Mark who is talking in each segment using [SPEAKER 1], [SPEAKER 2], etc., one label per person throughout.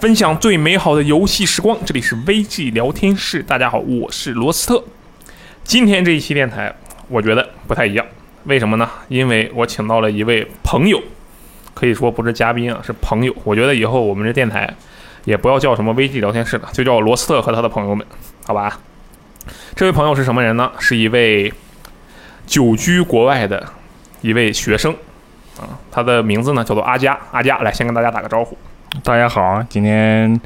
[SPEAKER 1] 分享最美好的游戏时光。这里是 VG 聊天室，大家好，我是罗斯特。今天这一期电台，我觉得不太一样，为什么呢？因为我请到了一位朋友，可以说不是嘉宾啊，是朋友。我觉得以后我们这电台也不要叫什么 VG 聊天室了，就叫罗斯特和他的朋友们，好吧？这位朋友是什么人呢？是一位久居国外的一位学生啊，他的名字呢叫做阿佳。阿佳，来先跟大家打个招呼。
[SPEAKER 2] 大家好，今天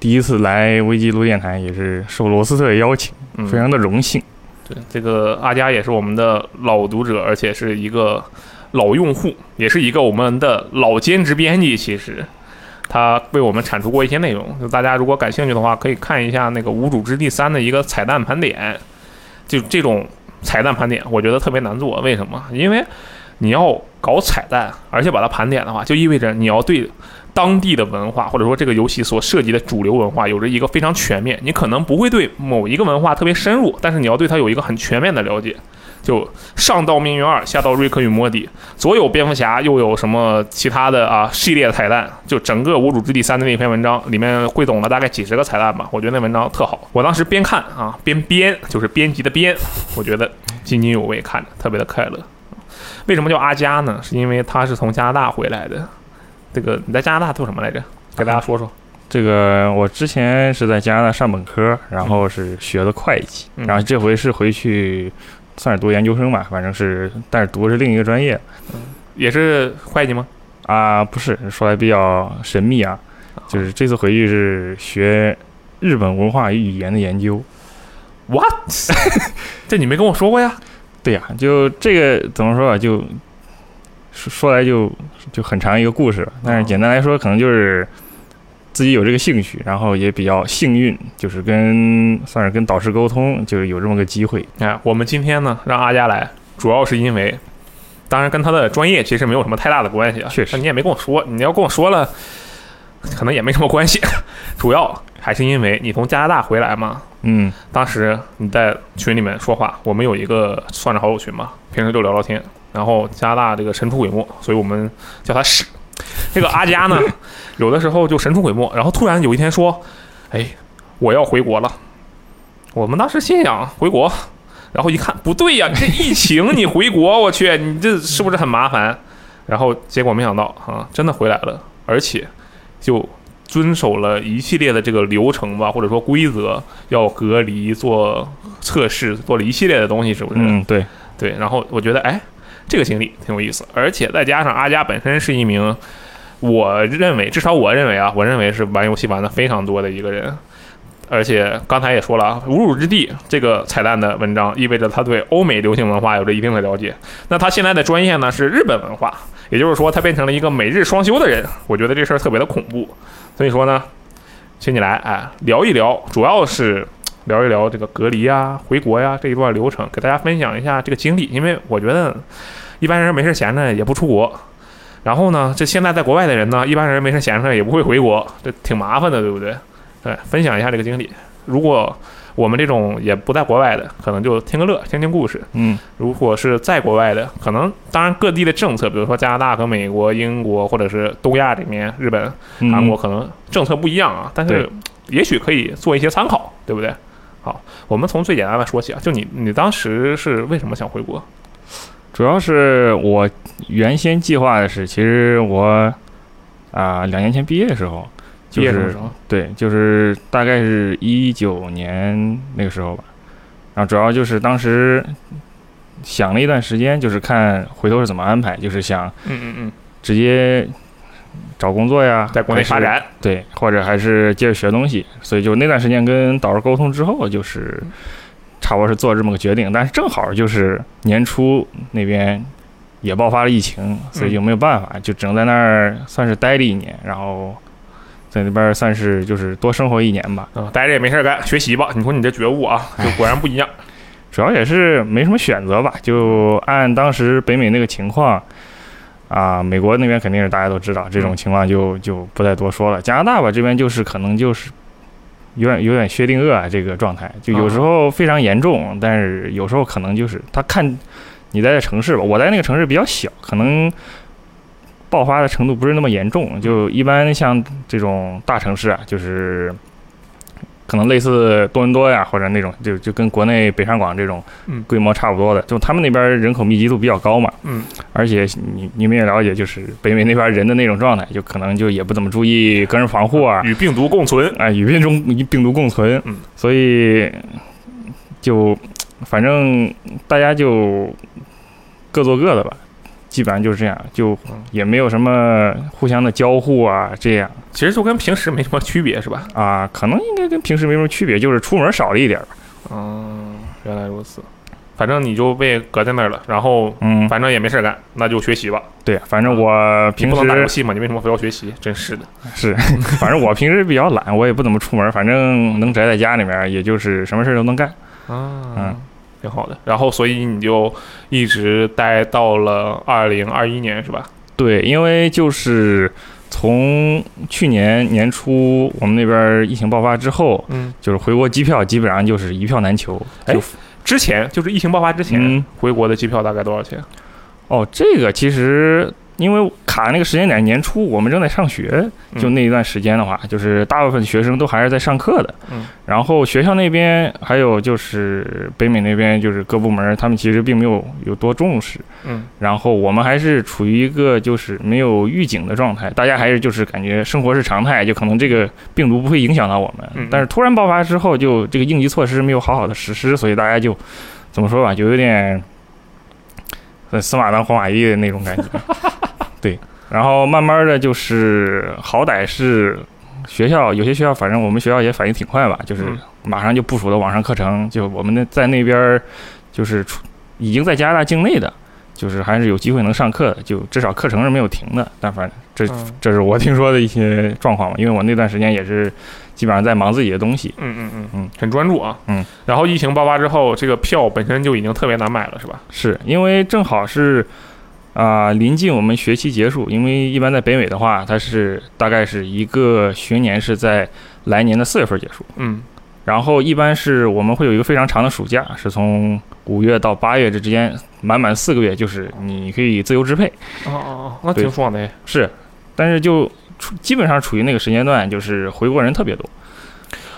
[SPEAKER 2] 第一次来危机录电台，也是受罗斯特的邀请，
[SPEAKER 1] 嗯
[SPEAKER 2] 非常的荣幸。
[SPEAKER 1] 对，这个阿佳也是我们的老读者，而且是一个老用户，也是一个我们的老兼职编辑。其实，他为我们产出过一些内容，就大家如果感兴趣的话，可以看一下那个《无主之地三》的一个彩蛋盘点。就这种彩蛋盘点，我觉得特别难做，为什么？因为你要搞彩蛋，而且把它盘点的话，就意味着你要对当地的文化，或者说这个游戏所涉及的主流文化，有着一个非常全面。你可能不会对某一个文化特别深入，但是你要对它有一个很全面的了解。就上到《命运二》，下到《瑞克与莫蒂》，左有蝙蝠侠，右有什么其他的啊系列彩蛋，就整个《无主之地三》的那篇文章里面汇总了大概几十个彩蛋吧。我觉得那文章特好，我当时边看啊边编，就是编辑的编，我觉得津津有味，看着特别的快乐。为什么叫阿佳呢？是因为他是从加拿大回来的。这个你在加拿大做什么来着？给大家说说。
[SPEAKER 2] 这个我之前是在加拿大上本科，然后是学的会计，
[SPEAKER 1] 嗯
[SPEAKER 2] 然后这回是回去算是读研究生吧，反正是，但是读的是另一个专业
[SPEAKER 1] 也是会计吗？
[SPEAKER 2] 啊，不是说来比较神秘啊，就是这次回去是学日本文化与语言的研究。
[SPEAKER 1] What？这你没跟我说过呀？
[SPEAKER 2] 对呀、就这个怎么说啊？就说说来就就很长一个故事了。
[SPEAKER 1] 哦
[SPEAKER 2] 但是简单来说，可能就是自己有这个兴趣，然后也比较幸运，就是跟算是跟导师沟通，就是有这么个机会。
[SPEAKER 1] 哎，我们今天呢让阿佳来，主要是因为，当然跟他的专业其实没有什么太大的关系啊。
[SPEAKER 2] 确实
[SPEAKER 1] 但你也没跟我说，你要跟我说了，可能也没什么关系。 主要还是因为你从加拿大回来嘛，
[SPEAKER 2] 嗯，
[SPEAKER 1] 当时你在群里面说话，我们有一个算是好友群嘛，平时就聊聊天。然后加拿大这个神出鬼没，所以我们叫他屎。这个阿佳呢，有的时候就神出鬼没，然后突然有一天说：“哎，我要回国了。”我们当时心想回国，然后一看不对呀，这疫情你回国，我去，你这是不是很麻烦？然后结果没想到啊，真的回来了，而且就遵守了一系列的这个流程吧，或者说规则，要隔离、做测试、做了一系列的东西，是不是？
[SPEAKER 2] 嗯，对，
[SPEAKER 1] 对，然后我觉得，哎，这个经历挺有意思，而且再加上阿佳本身是一名，我认为至少我认为啊，我认为是玩游戏玩的非常多的一个人，而且刚才也说了啊，《无主之地》这个彩蛋的文章意味着他对欧美流行文化有着一定的了解。那他现在的专业呢是日本文化，也就是说他变成了一个美日双修的人，我觉得这事儿特别的恐怖。所以说呢，请你来哎聊一聊，主要是聊一聊这个隔离啊、回国呀、这一段流程，给大家分享一下这个经历，因为我觉得一般人没事闲着也不出国。然后呢，这现在在国外的人呢，一般人没事闲着也不会回国，这挺麻烦的，对不对？对，分享一下这个经历。如果我们这种也不在国外的，可能就听个乐，听听故事。
[SPEAKER 2] 嗯，
[SPEAKER 1] 如果是在国外的，可能当然各地的政策，比如说加拿大和美国、英国，或者是东亚这边日本、
[SPEAKER 2] 嗯
[SPEAKER 1] 韩国，可能政策不一样啊，但是
[SPEAKER 2] 对
[SPEAKER 1] 也许可以做一些参考，对不对？好，我们从最简单的说起啊，就你你当时是为什么想回国？
[SPEAKER 2] 主要是我原先计划的是，其实我啊、两年前毕业的时候，就
[SPEAKER 1] 毕业什么
[SPEAKER 2] 是
[SPEAKER 1] 时候？
[SPEAKER 2] 对，就是大概是一九年那个时候吧。然后主要就是当时想了一段时间，就是看回头是怎么安排，就是想
[SPEAKER 1] 嗯嗯嗯，
[SPEAKER 2] 直接找工作呀，
[SPEAKER 1] 在国内
[SPEAKER 2] 还是
[SPEAKER 1] 发，展，
[SPEAKER 2] 对，或者还是接着学东西。所以就那段时间跟导师沟通之后，就是差不多是做这么个决定。但是正好就是年初那边也爆发了疫情，所以就没有办法，就只能在那儿算是待了一年，然后。在那边儿算是就是多生活一年吧，
[SPEAKER 1] 啊、待着也没事儿干，学习吧。你说你这觉悟啊，
[SPEAKER 2] 哎
[SPEAKER 1] 就果然不一样。
[SPEAKER 2] 主要也是没什么选择吧，就按当时北美那个情况，啊，美国那边肯定是大家都知道，这种情况就就不再多说了。加拿大吧这边就是可能就是有点有点薛定谔啊这个状态，就有时候非常严重，但是有时候可能就是他看你待的城市吧，我待那个城市比较小，可能爆发的程度不是那么严重。就一般像这种大城市啊，就是可能类似多伦多呀，或者那种就就跟国内北上广这种
[SPEAKER 1] 嗯
[SPEAKER 2] 规模差不多的，就他们那边人口密集度比较高嘛。
[SPEAKER 1] 嗯。
[SPEAKER 2] 而且你你们也了解，就是北美那边人的那种状态，就可能就也不怎么注意个人防护啊，
[SPEAKER 1] 与病毒共存。
[SPEAKER 2] 啊，与病中与病毒共存，
[SPEAKER 1] 嗯
[SPEAKER 2] 所以就反正大家就各做各的吧，基本上就是这样，就
[SPEAKER 1] 嗯
[SPEAKER 2] 也没有什么互相的交互啊，这样
[SPEAKER 1] 其实就跟平时没什么区别，是吧？
[SPEAKER 2] 啊，可能应该跟平时没什么区别，就是出门少了一点儿吧，
[SPEAKER 1] 嗯，原来如此。反正你就被搁在那儿了，然后
[SPEAKER 2] 嗯，
[SPEAKER 1] 反正也没事干，那就学习吧。
[SPEAKER 2] 对，反正我
[SPEAKER 1] 啊你
[SPEAKER 2] 平
[SPEAKER 1] 不能打游
[SPEAKER 2] 时
[SPEAKER 1] 戏嘛，你为什么非要学习？真是的。
[SPEAKER 2] 是， 反正我平时比较懒，我也不怎么出门，反正能宅在家里面，也就是什么事儿都能干，
[SPEAKER 1] 啊，
[SPEAKER 2] 嗯
[SPEAKER 1] 挺好的。然后，所以你就一直待到了二零二一年，是吧？
[SPEAKER 2] 对，因为就是从去年年初我们那边疫情爆发之后，
[SPEAKER 1] 嗯，
[SPEAKER 2] 就是回国机票基本上就是一票难求。
[SPEAKER 1] 哎
[SPEAKER 2] 就
[SPEAKER 1] 之前就是疫情爆发之前，
[SPEAKER 2] 嗯，
[SPEAKER 1] 回国的机票大概多少钱？
[SPEAKER 2] 哦，这个其实因为卡那个时间点，年初我们正在上学，
[SPEAKER 1] 嗯
[SPEAKER 2] 就那一段时间的话，就是大部分学生都还是在上课的。
[SPEAKER 1] 嗯，
[SPEAKER 2] 然后学校那边还有就是北美那边，就是各部门他们其实并没有有多重视。
[SPEAKER 1] 嗯
[SPEAKER 2] 然后我们还是处于一个就是没有预警的状态，大家还是就是感觉生活是常态，就可能这个病毒不会影响到我们。
[SPEAKER 1] 嗯
[SPEAKER 2] 但是突然爆发之后，就这个应急措施没有好好的实施，所以大家就怎么说吧，就有点呃死马当活马医的那种 感觉。对，然后慢慢的就是好歹是学校有些学校，反正我们学校也反应挺快吧，就是
[SPEAKER 1] 嗯
[SPEAKER 2] 马上就部署了网上课程，就我们那在那边儿就是出已经在加拿大境内的，就是还是有机会能上课的，就至少课程是没有停的。但反正这
[SPEAKER 1] 嗯
[SPEAKER 2] 这是我听说的一些状况嘛，因为我那段时间也是基本上在忙自己的东西。
[SPEAKER 1] 嗯嗯嗯
[SPEAKER 2] 嗯，
[SPEAKER 1] 很专注啊。
[SPEAKER 2] 嗯。
[SPEAKER 1] 然后疫情爆发之后，这个票本身就已经特别难买了，是吧？
[SPEAKER 2] 是因为正好是啊、临近我们学期结束，因为一般在北美的话，它是大概是一个学年是在来年的四月份结束，
[SPEAKER 1] 嗯
[SPEAKER 2] 然后一般是我们会有一个非常长的暑假，是从五月到八月这之间，满满四个月，就是你可以自由支配。
[SPEAKER 1] 哦哦哦，那
[SPEAKER 2] 对
[SPEAKER 1] 挺爽的哎。
[SPEAKER 2] 是，但是就处基本上处于那个时间段，就是回国人特别多。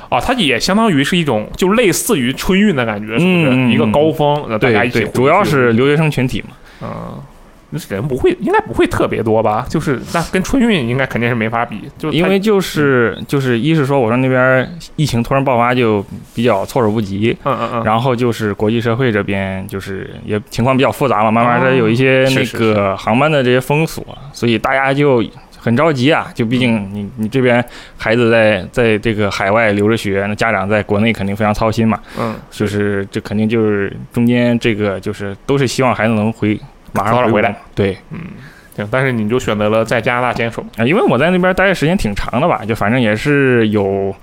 [SPEAKER 1] 啊，它也相当于是一种，就类似于春运的感觉，是不是？
[SPEAKER 2] 嗯嗯嗯
[SPEAKER 1] 一个高峰，呃那大家
[SPEAKER 2] 对
[SPEAKER 1] 一起
[SPEAKER 2] 对
[SPEAKER 1] 回，去
[SPEAKER 2] 主要是留学生群体嘛。
[SPEAKER 1] 嗯。人不会，应该不会特别多吧？就是那跟春运应该肯定是没法比，就是它
[SPEAKER 2] 因为就是就是一是说我说那边疫情突然爆发就比较措手不及，
[SPEAKER 1] 嗯嗯嗯，
[SPEAKER 2] 然后就是国际社会这边就是也情况比较复杂嘛，慢慢的有一些
[SPEAKER 1] 哦是
[SPEAKER 2] 那
[SPEAKER 1] 是
[SPEAKER 2] 个航班的这些封锁，所以大家就很着急啊。就毕竟
[SPEAKER 1] 嗯
[SPEAKER 2] 你你这边孩子在在这个海外留着学，那家长在国内肯定非常操心嘛。
[SPEAKER 1] 嗯，
[SPEAKER 2] 就是这肯定就是中间这个就是都是希望孩子能回马上
[SPEAKER 1] 早点
[SPEAKER 2] 国
[SPEAKER 1] 回来，
[SPEAKER 2] 对
[SPEAKER 1] 嗯，行，但是你就选择了在加拿大坚守，
[SPEAKER 2] 啊，因为我在那边待的时间挺长的吧，就反正也是有，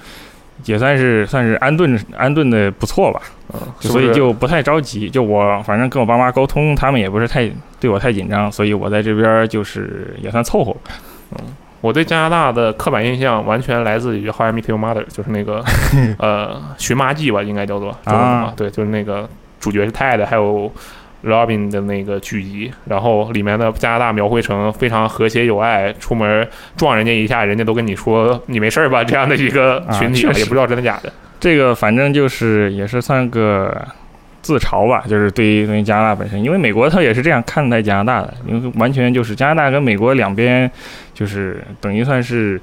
[SPEAKER 2] 也算是算是安顿安顿的不错吧，
[SPEAKER 1] 嗯，
[SPEAKER 2] 所以就不太着急。就我反正跟我爸妈沟通，他们也不是太对我太紧张，所以我在这边就是也算凑合。
[SPEAKER 1] 我对加拿大的刻板印象完全来自于《How I Met Your Mother》，就是那 个呃《寻妈记》吧，应该叫做中文嘛，
[SPEAKER 2] 啊
[SPEAKER 1] 对，就是那个主角是泰的，还有 Robin 的那个剧集，然后里面的加拿大描绘成非常和谐友爱，出门撞人家一下，人家都跟你说你没事儿吧这样的一个
[SPEAKER 2] 啊
[SPEAKER 1] 群体，
[SPEAKER 2] 确实
[SPEAKER 1] 也不知道真的假的。
[SPEAKER 2] 这个反正就是也是算个自嘲吧，就是对于对于加拿大本身，因为美国它也是这样看待加拿大的，因为完全就是加拿大跟美国两边就是等于算是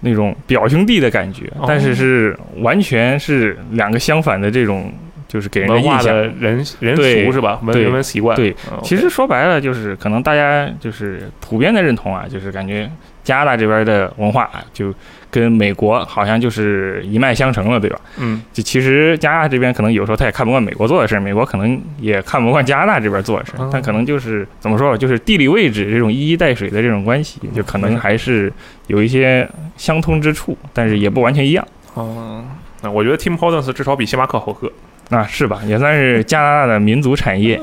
[SPEAKER 2] 那种表兄弟的感觉
[SPEAKER 1] 哦，
[SPEAKER 2] 但是是完全是两个相反的这种，就是给人的
[SPEAKER 1] 文
[SPEAKER 2] 印
[SPEAKER 1] 化
[SPEAKER 2] 象。
[SPEAKER 1] 的人人
[SPEAKER 2] 对
[SPEAKER 1] 俗是吧？文
[SPEAKER 2] 对
[SPEAKER 1] 人文习惯。
[SPEAKER 2] 对
[SPEAKER 1] 嗯，
[SPEAKER 2] 其实说白了就是可能大家就是普遍的认同啊，就是感觉加拿大这边的文化啊就跟美国好像就是一脉相承了，对吧？
[SPEAKER 1] 嗯，
[SPEAKER 2] 就其实加拿大这边可能有时候他也看不惯美国做的事儿，美国可能也看不惯加拿大这边做的事儿
[SPEAKER 1] 嗯，
[SPEAKER 2] 但可能就是怎么说，就是地理位置这种一衣带水的这种关系，就可能还是有一些相通之处，但是也不完全一样。
[SPEAKER 1] 嗯，那我觉得 Tim Hortons 至少比星巴克好喝。
[SPEAKER 2] 那啊是吧？也算是加拿大的民族产业。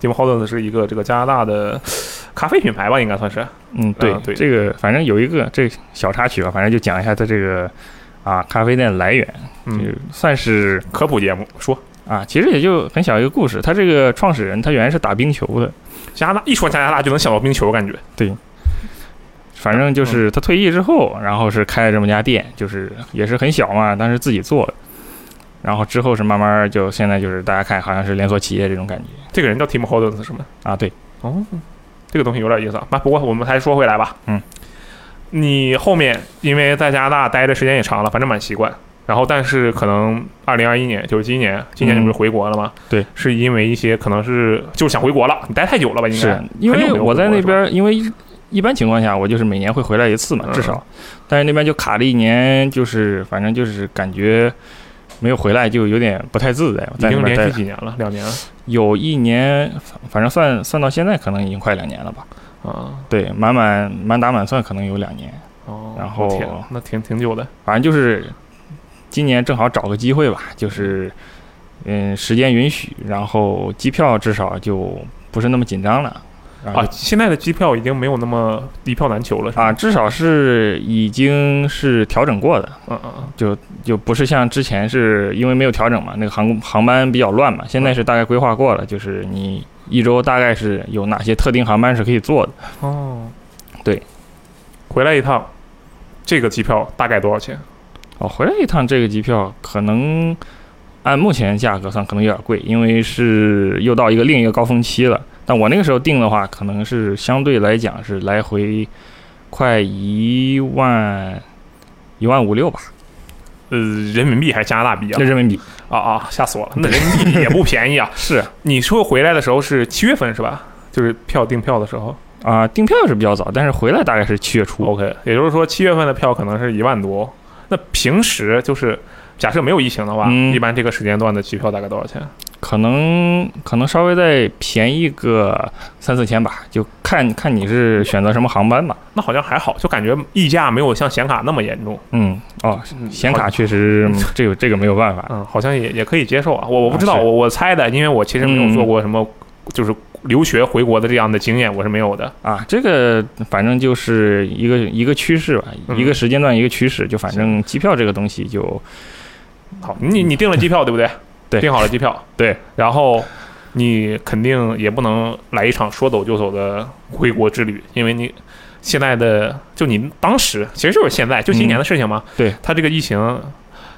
[SPEAKER 1] Tim Hortons 是一个这个加拿大的咖啡品牌吧，应该算是。
[SPEAKER 2] 嗯，对，
[SPEAKER 1] 啊对
[SPEAKER 2] 这个反正有一个这个小插曲吧，反正就讲一下它这个啊咖啡店的来源，
[SPEAKER 1] 嗯
[SPEAKER 2] 就，算是
[SPEAKER 1] 科普节目说，
[SPEAKER 2] 啊，其实也就很小一个故事。他这个创始人，他原来是打冰球的，
[SPEAKER 1] 加拿大一说加拿大就能想到冰球，感觉
[SPEAKER 2] 反正
[SPEAKER 1] 嗯
[SPEAKER 2] 就是他退役之后，然后是开了这么家店，就是也是很小嘛，但是自己做的。然后之后是慢慢就现在就是大家看好像是连锁企业这种感觉
[SPEAKER 1] 这个人叫 Tim Hortons 是吗？
[SPEAKER 2] 啊，对，
[SPEAKER 1] 哦，这个东西有点意思啊。不，不过我们还是说回来吧。
[SPEAKER 2] 嗯，
[SPEAKER 1] 你后面因为在加拿大待的时间也长了，反正蛮习惯。然后，但是可能二零二一年，就是今年，今年你不是回国了吗？
[SPEAKER 2] 对，
[SPEAKER 1] 是因为一些可能是就是想回国了，你待太久了吧？应该
[SPEAKER 2] 是因
[SPEAKER 1] 很久
[SPEAKER 2] 为
[SPEAKER 1] 没有
[SPEAKER 2] 我在
[SPEAKER 1] 回国
[SPEAKER 2] 那
[SPEAKER 1] 了是吧
[SPEAKER 2] 边，因为一一般情况下我就是每年会回来一次嘛，
[SPEAKER 1] 嗯
[SPEAKER 2] 至少，但是那边就卡了一年，就是反正就是感觉没有回来就有点不太自在，
[SPEAKER 1] 已
[SPEAKER 2] 在那
[SPEAKER 1] 经
[SPEAKER 2] 边
[SPEAKER 1] 连续
[SPEAKER 2] 待
[SPEAKER 1] 几年了，两年了
[SPEAKER 2] 有一年，反正算算到现在可能已经快两年了吧，
[SPEAKER 1] 啊。
[SPEAKER 2] 对，满满满打满算可能有两年，
[SPEAKER 1] 哦，
[SPEAKER 2] 然后
[SPEAKER 1] 天那挺挺久的。
[SPEAKER 2] 反正就是今年正好找个机会吧，就是嗯时间允许，然后机票至少就不是那么紧张了。然后
[SPEAKER 1] 啊，现在的机票已经没有那么一票难求了，是吧？
[SPEAKER 2] 啊，至少是已经是调整过的，
[SPEAKER 1] 嗯嗯嗯，
[SPEAKER 2] 就不是像之前是因为没有调整嘛，那个航空航班比较乱嘛。现在是大概规划过了，就是你一周大概是有哪些特定航班是可以坐的。
[SPEAKER 1] 哦，
[SPEAKER 2] 对，
[SPEAKER 1] 回来一趟，这个机票大概多少钱？
[SPEAKER 2] 哦，回来一趟这个机票可能按目前价格算可能有点贵，因为是又到一个另一个高峰期了。但我那个时候订的话，可能是相对来讲是来回快一万一万五六吧，
[SPEAKER 1] 呃，人民币还是加拿大币啊
[SPEAKER 2] 这？人民币
[SPEAKER 1] 啊啊，吓死我了！那人民币也不便宜啊。
[SPEAKER 2] 是
[SPEAKER 1] 你说回来的时候是七月份是吧？就是票订票的时候。
[SPEAKER 2] 啊、订票是比较早，但是回来大概是七月初。
[SPEAKER 1] OK，也就是说七月份的票可能是一万多。那平时就是假设没有疫情的话，
[SPEAKER 2] 嗯
[SPEAKER 1] 一般这个时间段的机票大概多少钱？
[SPEAKER 2] 可能可能稍微再便宜个三四千吧，就看看你是选择什么航班吧。
[SPEAKER 1] 那好像还好，就感觉溢价没有像显卡那么严重。
[SPEAKER 2] 嗯，哦，显卡确实这个这个没有办法。
[SPEAKER 1] 嗯，好像也也可以接受啊。我我不知道，
[SPEAKER 2] 啊是嗯
[SPEAKER 1] 我我猜的，因为我其实没有做过什么就是留学回国的这样的经验，我是没有的。
[SPEAKER 2] 啊，这个反正就是一个一个趋势吧，
[SPEAKER 1] 嗯
[SPEAKER 2] 一个时间段一个趋势，就反正机票这个东西就
[SPEAKER 1] 好，你你订了机票对不对？
[SPEAKER 2] 对
[SPEAKER 1] 订好了机票，
[SPEAKER 2] 对，
[SPEAKER 1] 然后。你肯定也不能来一场说走就走的回国之旅，因为你现在的就你当时其实就是现在就今年的事情嘛。
[SPEAKER 2] 嗯对，
[SPEAKER 1] 它这个疫情，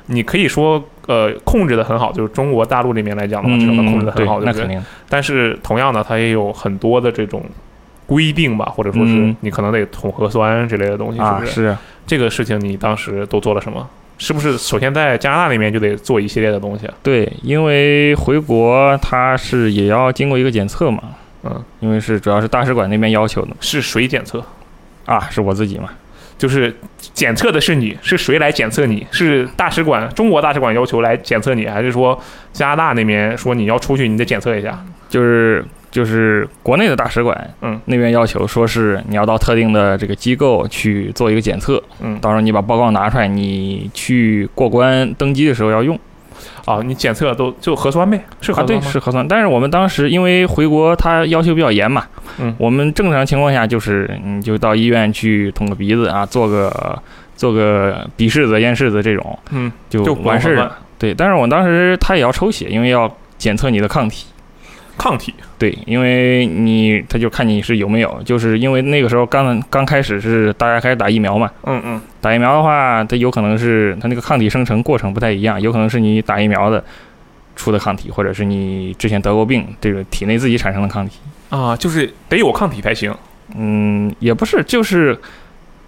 [SPEAKER 1] 你可以说呃控制的很好，就是中国大啊陆这边来讲的话，至少它控制的很
[SPEAKER 2] 嗯对
[SPEAKER 1] 好，，对
[SPEAKER 2] 那
[SPEAKER 1] 不对
[SPEAKER 2] 肯？定
[SPEAKER 1] 但是同样的，它也有很多的这种规定吧，或者说是
[SPEAKER 2] 嗯
[SPEAKER 1] 你可能得捅核酸之类的东西，是
[SPEAKER 2] 啊
[SPEAKER 1] 不是？
[SPEAKER 2] 是
[SPEAKER 1] 这个事情你当时都做了什么？是不是首先在加拿大那边就得做一系列的东西？啊
[SPEAKER 2] 对，因为回国它是也要经过一个检测嘛，
[SPEAKER 1] 嗯，
[SPEAKER 2] 因为是主要是大使馆那边要求的嘛
[SPEAKER 1] 是谁检测？
[SPEAKER 2] 啊，是我自己嘛，
[SPEAKER 1] 就是检测的是你，是谁来检测你？是大使馆中国大使馆要求来检测你，还是说加拿大那边说你要出去你得检测一下？
[SPEAKER 2] 就是就是国内的大使馆，
[SPEAKER 1] 嗯，
[SPEAKER 2] 那边要求说是你要到特定的这个机构去做一个检测，
[SPEAKER 1] 嗯
[SPEAKER 2] 到时候你把报告拿出来，你去过关登机的时候要用
[SPEAKER 1] 啊，你检测都就核酸呗，是核
[SPEAKER 2] 啊，
[SPEAKER 1] 酸
[SPEAKER 2] 对，
[SPEAKER 1] 吗？
[SPEAKER 2] 是核酸。但是我们当时因为回国，他要求比较严嘛，
[SPEAKER 1] 嗯
[SPEAKER 2] 我们正常情况下就是你就到医院去捅个鼻子啊，做个做个鼻拭子、咽拭子这种
[SPEAKER 1] 嗯，
[SPEAKER 2] 就
[SPEAKER 1] 就
[SPEAKER 2] 完事儿
[SPEAKER 1] 核
[SPEAKER 2] 了。对，但是我当时他也要抽血，因为要检测你的抗体。
[SPEAKER 1] 抗体
[SPEAKER 2] 对，因为你他就看你是有没有，就是因为那个时候刚刚开始是大家开始打疫苗嘛，
[SPEAKER 1] 嗯嗯，
[SPEAKER 2] 打疫苗的话，它有可能是它那个抗体生成过程不太一样，有可能是你打疫苗的出的抗体，或者是你之前得过病这个体内自己产生的抗体。
[SPEAKER 1] 啊，就是得有抗体才行。
[SPEAKER 2] 嗯，也不是，就是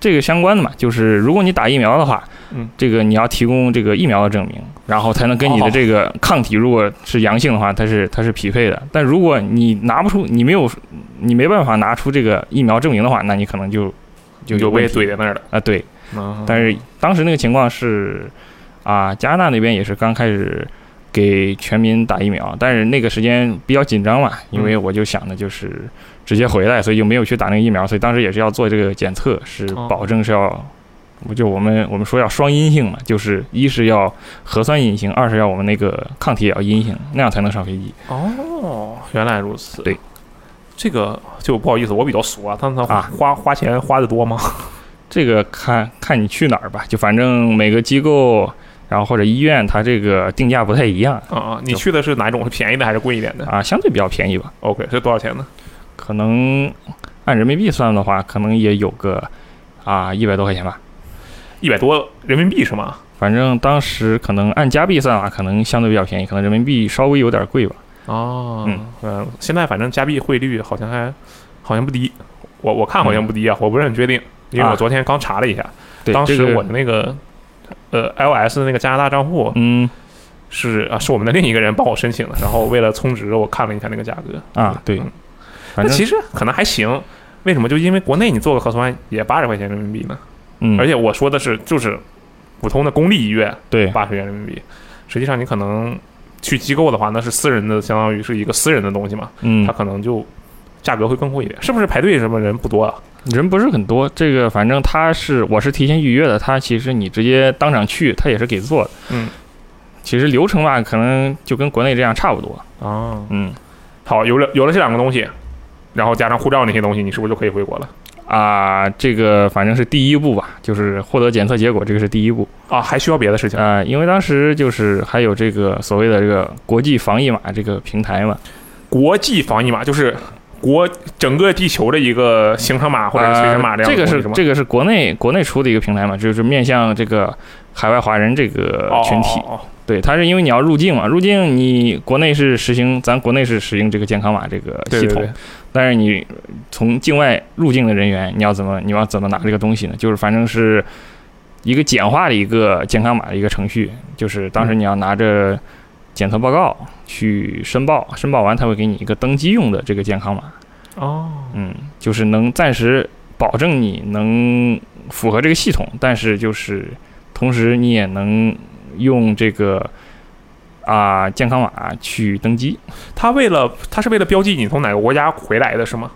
[SPEAKER 2] 这个相关的嘛，就是如果你打疫苗的话，
[SPEAKER 1] 嗯，
[SPEAKER 2] 这个你要提供这个疫苗的证明，然后才能跟你的这个抗体如果是阳性的话，它是它是匹配的。但如果你拿不出，你没有，你没办法拿出这个疫苗证明的话，那你可能就就
[SPEAKER 1] 就
[SPEAKER 2] 有
[SPEAKER 1] 被
[SPEAKER 2] 问题
[SPEAKER 1] 怼在那儿了。
[SPEAKER 2] 啊，对。但
[SPEAKER 1] 但
[SPEAKER 2] 是当时那个情况是，啊，加拿大那边也是刚开始给全民打疫苗，但是那个时间比较紧张嘛，因为我就想的就是直接回来，所以就没有去打那个疫苗，所以当时也是要做这个检测，是
[SPEAKER 1] 哦
[SPEAKER 2] 保证是要，我就我们我们说要双阴性嘛，就是一是要核酸阴性，二是要我们那个抗体也要阴性，那样才能上飞机
[SPEAKER 1] 哦，原来如此。
[SPEAKER 2] 对，
[SPEAKER 1] 这个就不好意思，我比较俗啊。他们
[SPEAKER 2] 啊
[SPEAKER 1] 花花 钱花的多吗？
[SPEAKER 2] 这个看看你去哪儿吧，就反正每个机构然后或者医院它这个定价不太一样
[SPEAKER 1] 啊，你去的是哪种？是便宜的还是贵一点的
[SPEAKER 2] 啊，相对比较便宜吧，
[SPEAKER 1] ？OK，是多少钱呢？
[SPEAKER 2] 可能按人民币算的话，可能也有个啊一百多块钱吧。
[SPEAKER 1] 一百多人民币是吗？
[SPEAKER 2] 反正当时可能按加币算啊，可能相对比较便宜，可能人民币稍微有点贵吧。
[SPEAKER 1] 哦，
[SPEAKER 2] 嗯
[SPEAKER 1] 嗯，现在反正加币汇率好像还好像不低，我我看好像不低啊，我不是很确定，因为
[SPEAKER 2] 嗯啊
[SPEAKER 1] 我昨天刚查了一下，
[SPEAKER 2] 对，
[SPEAKER 1] 当时
[SPEAKER 2] 这个
[SPEAKER 1] 我的那个呃 iOS 的那个加拿大账户
[SPEAKER 2] 嗯
[SPEAKER 1] 是啊是我们的另一个人帮我申请的，然后为了充值我看了一下那个价格，
[SPEAKER 2] 啊对
[SPEAKER 1] 嗯，
[SPEAKER 2] 反
[SPEAKER 1] 那
[SPEAKER 2] 正
[SPEAKER 1] 其实可能还行。为什么？就因为国内你做个核酸也八十块钱人民币呢，
[SPEAKER 2] 嗯
[SPEAKER 1] 而且我说的是就是普通的公立医院
[SPEAKER 2] 对
[SPEAKER 1] 八十元人民币，实际上你可能去机构的话，那是私人的，相当于是一个私人的东西嘛，
[SPEAKER 2] 嗯
[SPEAKER 1] 它可能就价格会更贵一点。是不是排队什么人不多啊？
[SPEAKER 2] 人不是很多，这个反正他是我是提前预约的，他其实你直接当场去，他也是给做的。
[SPEAKER 1] 嗯，
[SPEAKER 2] 其实流程吧，可能就跟国内这样差不多。
[SPEAKER 1] 啊，
[SPEAKER 2] 嗯
[SPEAKER 1] 好，有了有了这两个东西，然后加上护照那些东西，你是不是就可以回国了？
[SPEAKER 2] 啊，这个反正是第一步吧，就是获得检测结果，这个是第一步。
[SPEAKER 1] 啊，还需要别的事情？
[SPEAKER 2] 啊，因为当时就是还有这个所谓的这个国际防疫码这个平台嘛，
[SPEAKER 1] 国际防疫码就是国整个地球的一个行程码或者是随身码
[SPEAKER 2] 呃
[SPEAKER 1] 样
[SPEAKER 2] 这
[SPEAKER 1] 的
[SPEAKER 2] 个
[SPEAKER 1] 东西
[SPEAKER 2] 是
[SPEAKER 1] 吗？
[SPEAKER 2] 这个是国内国内出的一个平台嘛，就是面向这个海外华人这个
[SPEAKER 1] 哦
[SPEAKER 2] 群体。
[SPEAKER 1] 哦哦
[SPEAKER 2] 对，它是因为你要入境嘛，入境你国内是实行，咱国内是实行这个健康码这个
[SPEAKER 1] 对
[SPEAKER 2] 系
[SPEAKER 1] 对
[SPEAKER 2] 统，
[SPEAKER 1] 对
[SPEAKER 2] 但是你从境外入境的人员，你要怎么你要怎么拿这个东西呢？就是反正是一个简化的一个健康码的一个程序，就是当时你要拿着检测报告去申报，申报完他会给你一个登机用的这个健康码，
[SPEAKER 1] 哦，
[SPEAKER 2] 嗯，就是能暂时保证你能符合这个系统，但是就是同时你也能用这个啊、健康码去登机，
[SPEAKER 1] 他为了他是为了标记你从哪个国家回来的是吗？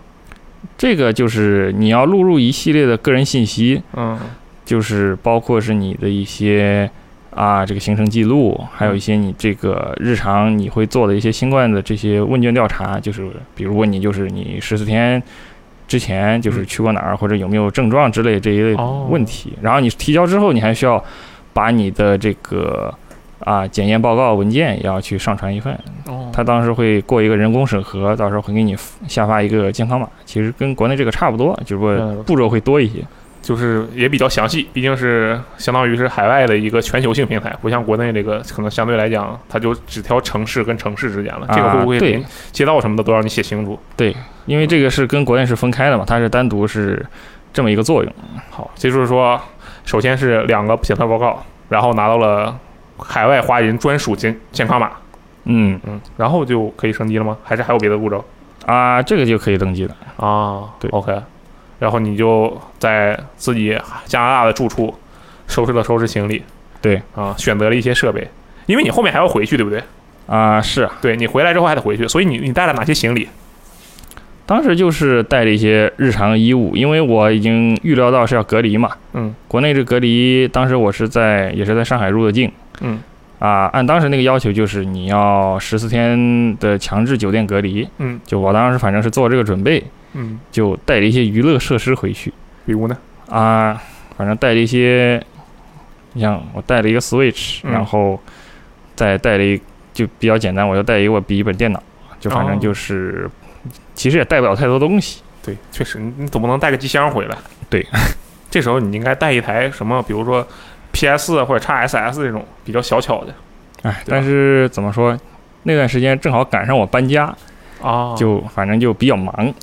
[SPEAKER 2] 这个就是你要录入一系列的个人信息，
[SPEAKER 1] 嗯，
[SPEAKER 2] 就是包括是你的一些啊这个行程记录，还有一些你这个日常你会做的一些新冠的这些问卷调查，就是比如问你就是你十四天之前就是
[SPEAKER 1] 嗯
[SPEAKER 2] 去过哪儿、或者有没有症状之类这一类
[SPEAKER 1] 哦
[SPEAKER 2] 问题，然后你提交之后，你还需要把你的这个。啊，检验报告文件也要去上传一份，
[SPEAKER 1] 哦
[SPEAKER 2] 他当时会过一个人工审核，到时候会给你下发一个健康码，其实跟国内这个差不多，只不
[SPEAKER 1] 嗯
[SPEAKER 2] 过步骤会多一些。
[SPEAKER 1] 就是也比较详细，毕竟是相当于是海外的一个全球性平台，不像国内这个可能相对来讲，它就只挑城市跟城市之间了。这个
[SPEAKER 2] 啊
[SPEAKER 1] 会不会
[SPEAKER 2] 对
[SPEAKER 1] 连街道什么的都让你写清楚？
[SPEAKER 2] 因为这个是跟国内是分开的嘛，它是单独是这么一个作用。
[SPEAKER 1] 好，这就是说，首先是两个检测报告，然后拿到了海外华人专属健健康码，
[SPEAKER 2] 嗯
[SPEAKER 1] 嗯，然后就可以升级了吗？还是还有别的步骤
[SPEAKER 2] 啊，这个就可以登记了。
[SPEAKER 1] 啊？
[SPEAKER 2] 对
[SPEAKER 1] ，OK，然后你就在自己加拿大的住处收拾了收拾行李，
[SPEAKER 2] 对
[SPEAKER 1] 啊，选择了一些设备，因为你后面还要回去，对不对？
[SPEAKER 2] 啊，是啊，
[SPEAKER 1] 对你回来之后还得回去，所以你你带了哪些行李？
[SPEAKER 2] 当时就是带了一些日常衣物，因为我已经预料到是要隔离嘛。
[SPEAKER 1] 嗯，
[SPEAKER 2] 国内这隔离，当时我是在也是在上海入的境。
[SPEAKER 1] 嗯，
[SPEAKER 2] 啊，按当时那个要求就是你要十四天的强制酒店隔离。
[SPEAKER 1] 嗯，
[SPEAKER 2] 就我当时反正是做这个准备，
[SPEAKER 1] 嗯，
[SPEAKER 2] 就带了一些娱乐设施回去
[SPEAKER 1] 比如呢？
[SPEAKER 2] 啊，反正带了一些，你像我带了一个 Switch，、
[SPEAKER 1] 嗯
[SPEAKER 2] 然后再带了一就比较简单，我就带一个我笔记本电脑，就反
[SPEAKER 1] 哦
[SPEAKER 2] 正就是、其实也带不了太多东西。
[SPEAKER 1] 对，确实，你你总不能带个机箱回来。
[SPEAKER 2] 对，
[SPEAKER 1] 这时候你应该带一台什么，比如说 PS 啊或者 XSS 这种比较小巧的对
[SPEAKER 2] 哎，
[SPEAKER 1] 吧
[SPEAKER 2] 但是怎么说，那段时间正好赶上我搬家，
[SPEAKER 1] 啊就
[SPEAKER 2] 就反正就比较忙，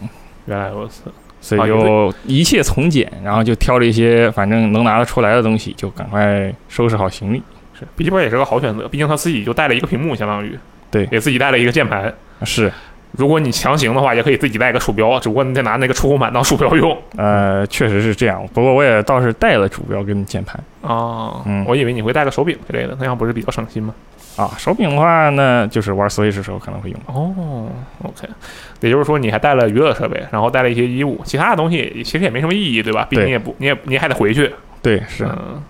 [SPEAKER 1] 原来如此。
[SPEAKER 2] 所
[SPEAKER 1] 啊
[SPEAKER 2] 以
[SPEAKER 1] 有
[SPEAKER 2] 就一切从简，然后就挑了一些反正能拿得出来的东西，就赶快收拾好行李。
[SPEAKER 1] 是，笔记本也是个好选择，毕竟他自己就带了一个屏幕，相当于
[SPEAKER 2] 对
[SPEAKER 1] 给自己带了一个键盘。
[SPEAKER 2] 是，
[SPEAKER 1] 如果你强行的话，也可以自己带个鼠标，啊只不过你得拿那个触控板当鼠标用。
[SPEAKER 2] 呃，确实是这样。不过我也倒是带了鼠标跟键盘。
[SPEAKER 1] 哦
[SPEAKER 2] 嗯
[SPEAKER 1] 我以为你会带个手柄之类的，那样不是比较省心吗？
[SPEAKER 2] 啊，手柄的话呢，就是玩 Switch 的时候可能会用。
[SPEAKER 1] 哦，OK，也就是说你还带了娱乐设备，然后带了一些衣物，其他的东西其实也没什么意义，对吧？毕竟
[SPEAKER 2] 对
[SPEAKER 1] 也不，你也你还得回去。
[SPEAKER 2] 对，是，
[SPEAKER 1] 嗯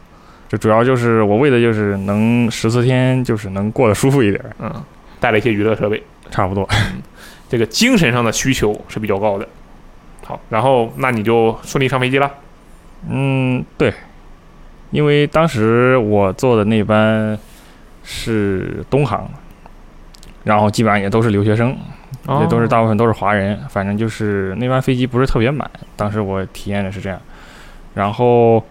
[SPEAKER 2] 这主要就是我为的就是能十四天，就是能过得舒服一点，
[SPEAKER 1] 嗯，带了一些娱乐设备，
[SPEAKER 2] 差不多。
[SPEAKER 1] 这个精神上的需求是比较高的。好，然后那你就顺利上飞机了。
[SPEAKER 2] 嗯，对，因为当时我做的那班是东航，然后基本上也都是留学生，
[SPEAKER 1] 哦
[SPEAKER 2] 也都是大部分都是华人，反正就是那班飞机不是特别满，当时我体验的是这样。然后，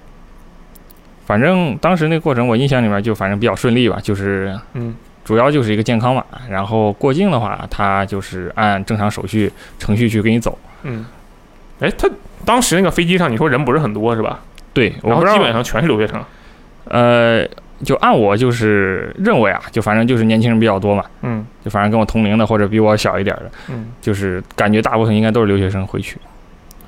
[SPEAKER 2] 反正当时那过程我印象里面就反正比较顺利吧，就是
[SPEAKER 1] 嗯
[SPEAKER 2] 主要就是一个健康码，然后过境的话，它就是按正常手续程序去给你走。
[SPEAKER 1] 嗯。哎，他当时那个飞机上，你说人不是很多是吧？
[SPEAKER 2] 对，我
[SPEAKER 1] 然后
[SPEAKER 2] 不知
[SPEAKER 1] 基
[SPEAKER 2] 道
[SPEAKER 1] 本上全是留学生。
[SPEAKER 2] 呃，就按我就是认为啊，就反正就是年轻人比较多嘛，
[SPEAKER 1] 嗯
[SPEAKER 2] 就反正跟我同龄的或者比我小一点的，
[SPEAKER 1] 嗯，
[SPEAKER 2] 就是感觉大部分应该都是留学生回去。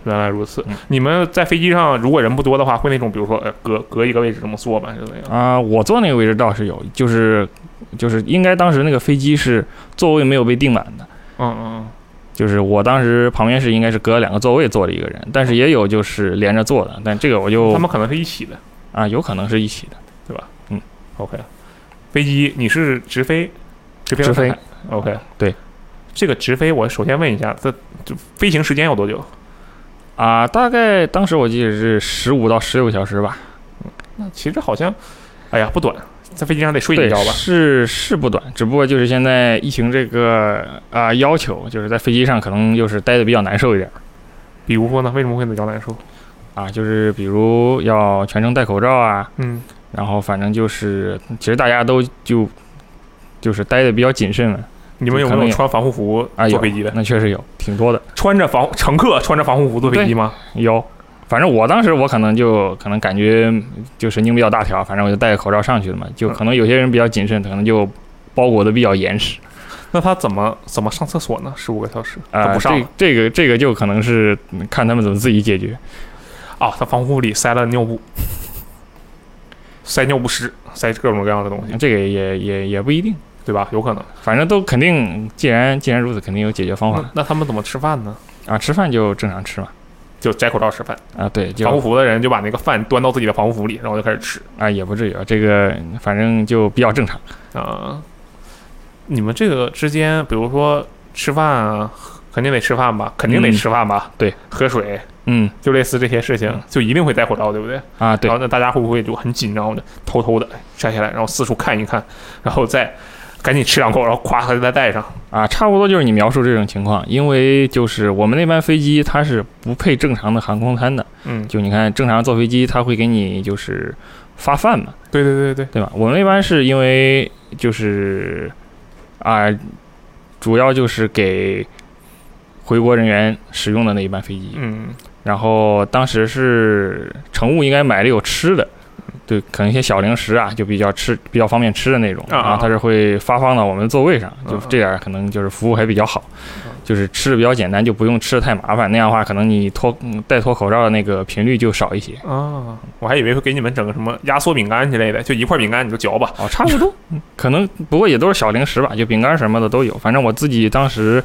[SPEAKER 1] 原来如此
[SPEAKER 2] 嗯。
[SPEAKER 1] 你们在飞机上如果人不多的话，会那种比如说呃隔隔一个位置这么坐吗？之类的。
[SPEAKER 2] 啊、我坐那个位置倒是有，就是就是应该当时那个飞机是座位没有被订满的，
[SPEAKER 1] 嗯嗯
[SPEAKER 2] 就是我当时旁边是应该是隔了两个座位坐了一个人，但是也有就是连着坐的，但这个我
[SPEAKER 1] 嗯，他
[SPEAKER 2] 就
[SPEAKER 1] 们可能是一起的。
[SPEAKER 2] 啊有可能是一起的，
[SPEAKER 1] OK，飞机你是直飞，直飞到
[SPEAKER 2] 直飞
[SPEAKER 1] 上海。OK，
[SPEAKER 2] 对，
[SPEAKER 1] 这个直飞我首先问一下，这这飞行时间有多久？
[SPEAKER 2] 啊、大概当时我记得是十五到十六小时吧，
[SPEAKER 1] 那其实好像，哎呀不短，在飞机上得睡一
[SPEAKER 2] 对，
[SPEAKER 1] 觉吧？
[SPEAKER 2] 是是不短，只不过就是现在疫情这个啊、要求，就是在飞机上可能就是待的比较难受一点儿
[SPEAKER 1] 比如说呢，为什么会比较难受？
[SPEAKER 2] 啊，就是比如要全程戴口罩啊，
[SPEAKER 1] 嗯
[SPEAKER 2] 然后反正就是其实大家都就就是待的比较谨慎了
[SPEAKER 1] 你们有
[SPEAKER 2] 可
[SPEAKER 1] 没
[SPEAKER 2] 能
[SPEAKER 1] 有
[SPEAKER 2] 有
[SPEAKER 1] 穿防护服
[SPEAKER 2] 啊，
[SPEAKER 1] 坐
[SPEAKER 2] 有
[SPEAKER 1] 飞机的？
[SPEAKER 2] 那确实有挺多的
[SPEAKER 1] 穿着防乘客穿着防护服坐飞机吗？
[SPEAKER 2] 有。反正我当时我可能就可能感觉就神经比较大条，反正我就戴着口罩上去的嘛，就可能有些人比较谨慎，可能就包裹的比较严实。
[SPEAKER 1] 那他怎么怎么上厕所呢？十五个小时，
[SPEAKER 2] 啊、
[SPEAKER 1] 他不上
[SPEAKER 2] 这
[SPEAKER 1] 了
[SPEAKER 2] 这个这个就可能是嗯看他们怎么自己解决。
[SPEAKER 1] 啊、他防护服里塞了尿布，塞尿不湿，塞各种各样的东西，
[SPEAKER 2] 这个也也也不一定，
[SPEAKER 1] 对吧？有可能。
[SPEAKER 2] 反正都肯定，既然既然如此，肯定有解决方法
[SPEAKER 1] 那那他们怎么吃饭呢？
[SPEAKER 2] 啊。吃饭就正常吃嘛，
[SPEAKER 1] 就摘口罩吃饭，
[SPEAKER 2] 啊对，
[SPEAKER 1] 防护
[SPEAKER 2] 就
[SPEAKER 1] 服的人就把那个饭端到自己的防护服里，然后就开始吃
[SPEAKER 2] 啊也不至于啊，这个反正就比较正常。
[SPEAKER 1] 啊、你们这个之间，比如说吃饭啊，肯定得吃饭吧，肯定得
[SPEAKER 2] 嗯
[SPEAKER 1] 吃饭吧，
[SPEAKER 2] 对，
[SPEAKER 1] 喝水，
[SPEAKER 2] 嗯
[SPEAKER 1] 就类似这些事情
[SPEAKER 2] 嗯，
[SPEAKER 1] 就一定会戴口罩，对不对？
[SPEAKER 2] 啊对
[SPEAKER 1] 然后，那大家会不会就很紧张的偷偷的摘下来，然后四处看一看，然后再赶紧吃两口，然后咵它再戴上？
[SPEAKER 2] 啊差不多就是你描述这种情况，因为就是我们那班飞机它是不配正常的航空餐的，
[SPEAKER 1] 嗯，
[SPEAKER 2] 就你看正常坐飞机它会给你就是发饭嘛，
[SPEAKER 1] 对对对对，
[SPEAKER 2] 对吧？我们那班是因为就是啊、主要就是给回国人员使用的那一班飞机，
[SPEAKER 1] 嗯，
[SPEAKER 2] 然后当时是乘务应该买了有吃的，对，可能一些小零食啊，就比较吃比较方便吃的那种，
[SPEAKER 1] 啊啊
[SPEAKER 2] 然后它是会发放到我们的座位上，
[SPEAKER 1] 嗯
[SPEAKER 2] 就这点儿可能就是服务还比较好
[SPEAKER 1] 嗯，
[SPEAKER 2] 就是吃的比较简单，就不用吃的太麻烦，那样的话可能你脱嗯戴脱口罩的那个频率就少一些。
[SPEAKER 1] 啊，我还以为会给你们整个什么压缩饼干之类的，就一块饼干你就嚼吧。
[SPEAKER 2] 哦，差不多，可能不过也都是小零食吧，就饼干什么的都有。反正我自己当时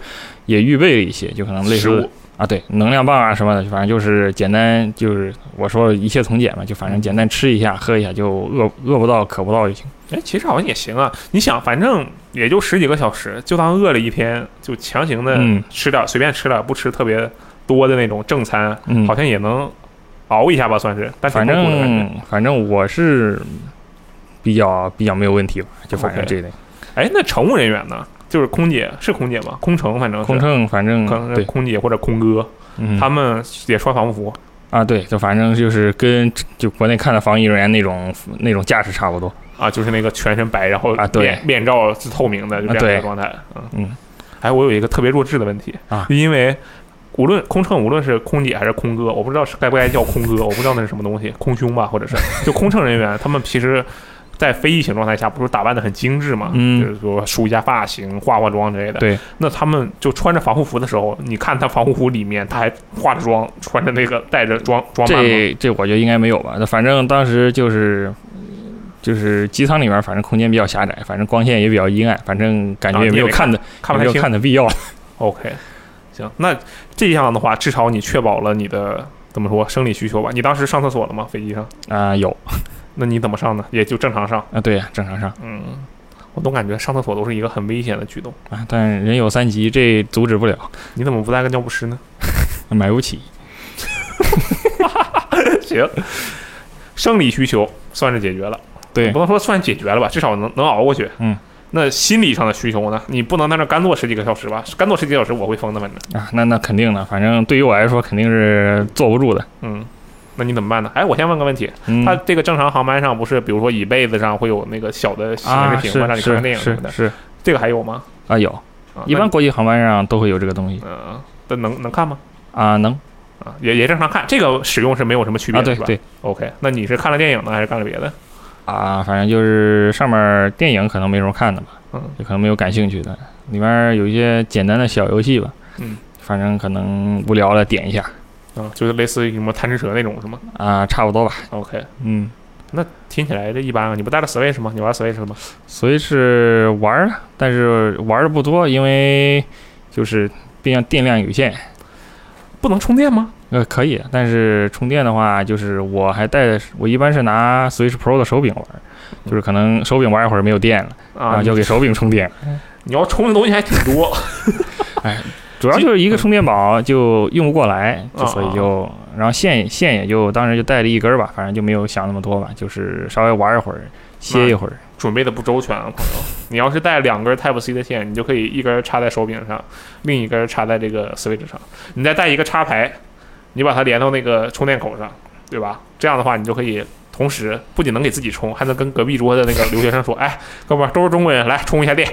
[SPEAKER 2] 也预备了一些，就可能类
[SPEAKER 1] 食
[SPEAKER 2] 似
[SPEAKER 1] 物
[SPEAKER 2] 啊，对，能量棒啊什么的，反正就是简单，就是我说一切从简嘛，就反正简单吃一下喝一下，就饿饿不到渴不到就行。
[SPEAKER 1] 哎，其实好像也行啊。你想，反正也就十几个小时，就当饿了一天，就强行的
[SPEAKER 2] 嗯
[SPEAKER 1] 吃点，随便吃点，不吃特别多的那种正餐，
[SPEAKER 2] 嗯
[SPEAKER 1] 好，像也能熬一下吧，算是。但挺
[SPEAKER 2] 反
[SPEAKER 1] 痛苦的感觉
[SPEAKER 2] 正反正我是比较比较没有问题吧，就反正
[SPEAKER 1] OK
[SPEAKER 2] 这一类
[SPEAKER 1] 哎，那乘务人员呢？就是空姐，是空姐吗？空乘，反正是
[SPEAKER 2] 空，乘，反正
[SPEAKER 1] 可能是
[SPEAKER 2] 对，
[SPEAKER 1] 空姐或者空哥，
[SPEAKER 2] 嗯
[SPEAKER 1] 他们也穿防护服。
[SPEAKER 2] 啊对，就反正就是跟就国内看的防疫人员那种那种架势差不多。
[SPEAKER 1] 啊，就是那个全身白，然后
[SPEAKER 2] 啊对
[SPEAKER 1] 面面罩是透明的，就这样
[SPEAKER 2] 啊
[SPEAKER 1] 的
[SPEAKER 2] 对
[SPEAKER 1] 状态。嗯
[SPEAKER 2] 嗯，
[SPEAKER 1] 哎，我有一个特别弱智的问题
[SPEAKER 2] 啊
[SPEAKER 1] 因为无论空乘，无论是空姐还是空哥，我不知道是该不该叫空哥，我不知道那是什么东西，空兄吧，或 者是就空乘人员，他们其实。在非疫情状态下，不是打扮的很精致嘛？
[SPEAKER 2] 嗯
[SPEAKER 1] 就是说梳一下发型、化化妆之类的。
[SPEAKER 2] 对，
[SPEAKER 1] 那他们就穿着防护服的时候，你看他防护服里面，他还化着妆，穿着那个带着妆装扮吗？
[SPEAKER 2] 这这我觉得应该没有吧？那反正当时就是就是机舱里面，反正空间比较狭窄，反正光线也比较阴暗，反正感
[SPEAKER 1] 啊
[SPEAKER 2] 觉
[SPEAKER 1] 你
[SPEAKER 2] 也没
[SPEAKER 1] 也
[SPEAKER 2] 有
[SPEAKER 1] 没
[SPEAKER 2] 看的、
[SPEAKER 1] 看不太
[SPEAKER 2] 也没有
[SPEAKER 1] 清。
[SPEAKER 2] 看的必要。
[SPEAKER 1] OK，行，那这样的话，至少你确保了你的怎么说生理需求吧？你当时上厕所了吗？飞机上？
[SPEAKER 2] 啊、有
[SPEAKER 1] 那你怎么上呢？也就正常上。
[SPEAKER 2] 啊，对呀、正常上
[SPEAKER 1] 嗯，我总感觉上厕所都是一个很危险的举动。
[SPEAKER 2] 啊，但人有三急，这阻止不了，
[SPEAKER 1] 你怎么不带个尿不湿 呢？
[SPEAKER 2] 买不起。
[SPEAKER 1] 行，生理需求算是解决了。
[SPEAKER 2] 对
[SPEAKER 1] 不能说算解决了吧，至少能能熬过去。
[SPEAKER 2] 嗯，
[SPEAKER 1] 那心理上的需求呢？你不能在那干坐十几个小时吧？干坐十几个小时我会疯的，反正。
[SPEAKER 2] 啊，那那肯定的，反正对于我来说肯定是坐不住的。
[SPEAKER 1] 嗯，那你怎么办呢？哎，我先问个问题，
[SPEAKER 2] 嗯，
[SPEAKER 1] 他这个正常航班上不是，比如说椅背子上会有那个小的显
[SPEAKER 2] 啊
[SPEAKER 1] 示
[SPEAKER 2] 是
[SPEAKER 1] 屏吗？让你看看电
[SPEAKER 2] 是
[SPEAKER 1] 影什么
[SPEAKER 2] 是
[SPEAKER 1] 的，
[SPEAKER 2] 是
[SPEAKER 1] 这个还有吗？
[SPEAKER 2] 啊有，
[SPEAKER 1] 啊
[SPEAKER 2] 一般国际航班上都会有这个东西
[SPEAKER 1] 那呃，但能能看吗？
[SPEAKER 2] 啊，能
[SPEAKER 1] 啊，也也正常看，这个使用是没有什么区别
[SPEAKER 2] 啊
[SPEAKER 1] 的，
[SPEAKER 2] 对
[SPEAKER 1] 是吧
[SPEAKER 2] 对
[SPEAKER 1] ？OK，那你是看了电影呢，还是干了别的？
[SPEAKER 2] 啊，反正就是上面电影可能没什么看的吧，
[SPEAKER 1] 嗯，
[SPEAKER 2] 也可能没有感兴趣的，里面有一些简单的小游戏吧，
[SPEAKER 1] 嗯，
[SPEAKER 2] 反正可能无聊了点一下
[SPEAKER 1] 啊，就是类似于什么贪吃蛇那种是吗
[SPEAKER 2] 啊，差不多吧，
[SPEAKER 1] ？OK，
[SPEAKER 2] 嗯，
[SPEAKER 1] 那听起来这一般啊。你不带了 Switch 吗？你玩 Switch 了吗？
[SPEAKER 2] 所以是玩儿了，但是玩儿的不多，因为就是毕竟电量有限。
[SPEAKER 1] 不能充电吗？
[SPEAKER 2] 呃，可以，但是充电的话，就是我还带的是，我一般是拿 Switch Pro 的手柄玩儿，就是可能手柄玩一会儿没有电了，然
[SPEAKER 1] 啊，
[SPEAKER 2] 后就给手柄充电。
[SPEAKER 1] 你要充的东西还挺多。
[SPEAKER 2] 主要就是一个充电宝就用不过来，就
[SPEAKER 1] 啊
[SPEAKER 2] 所以就，然后线线也就当时就带了一根儿吧，反正就没有想那么多吧，就是稍微玩一会儿，歇一会儿。
[SPEAKER 1] 准备的不周全啊，朋友。你要是带两根 Type C 的线，你就可以一根插在手柄上，另一根插在这个 Switch 上。你再带一个插排，你把它连到那个充电口上，对吧？这样的话，你就可以同时不仅能给自己充，还能跟隔壁桌的那个留学生说：“哎，哥们儿，都是中国人，来充一下电，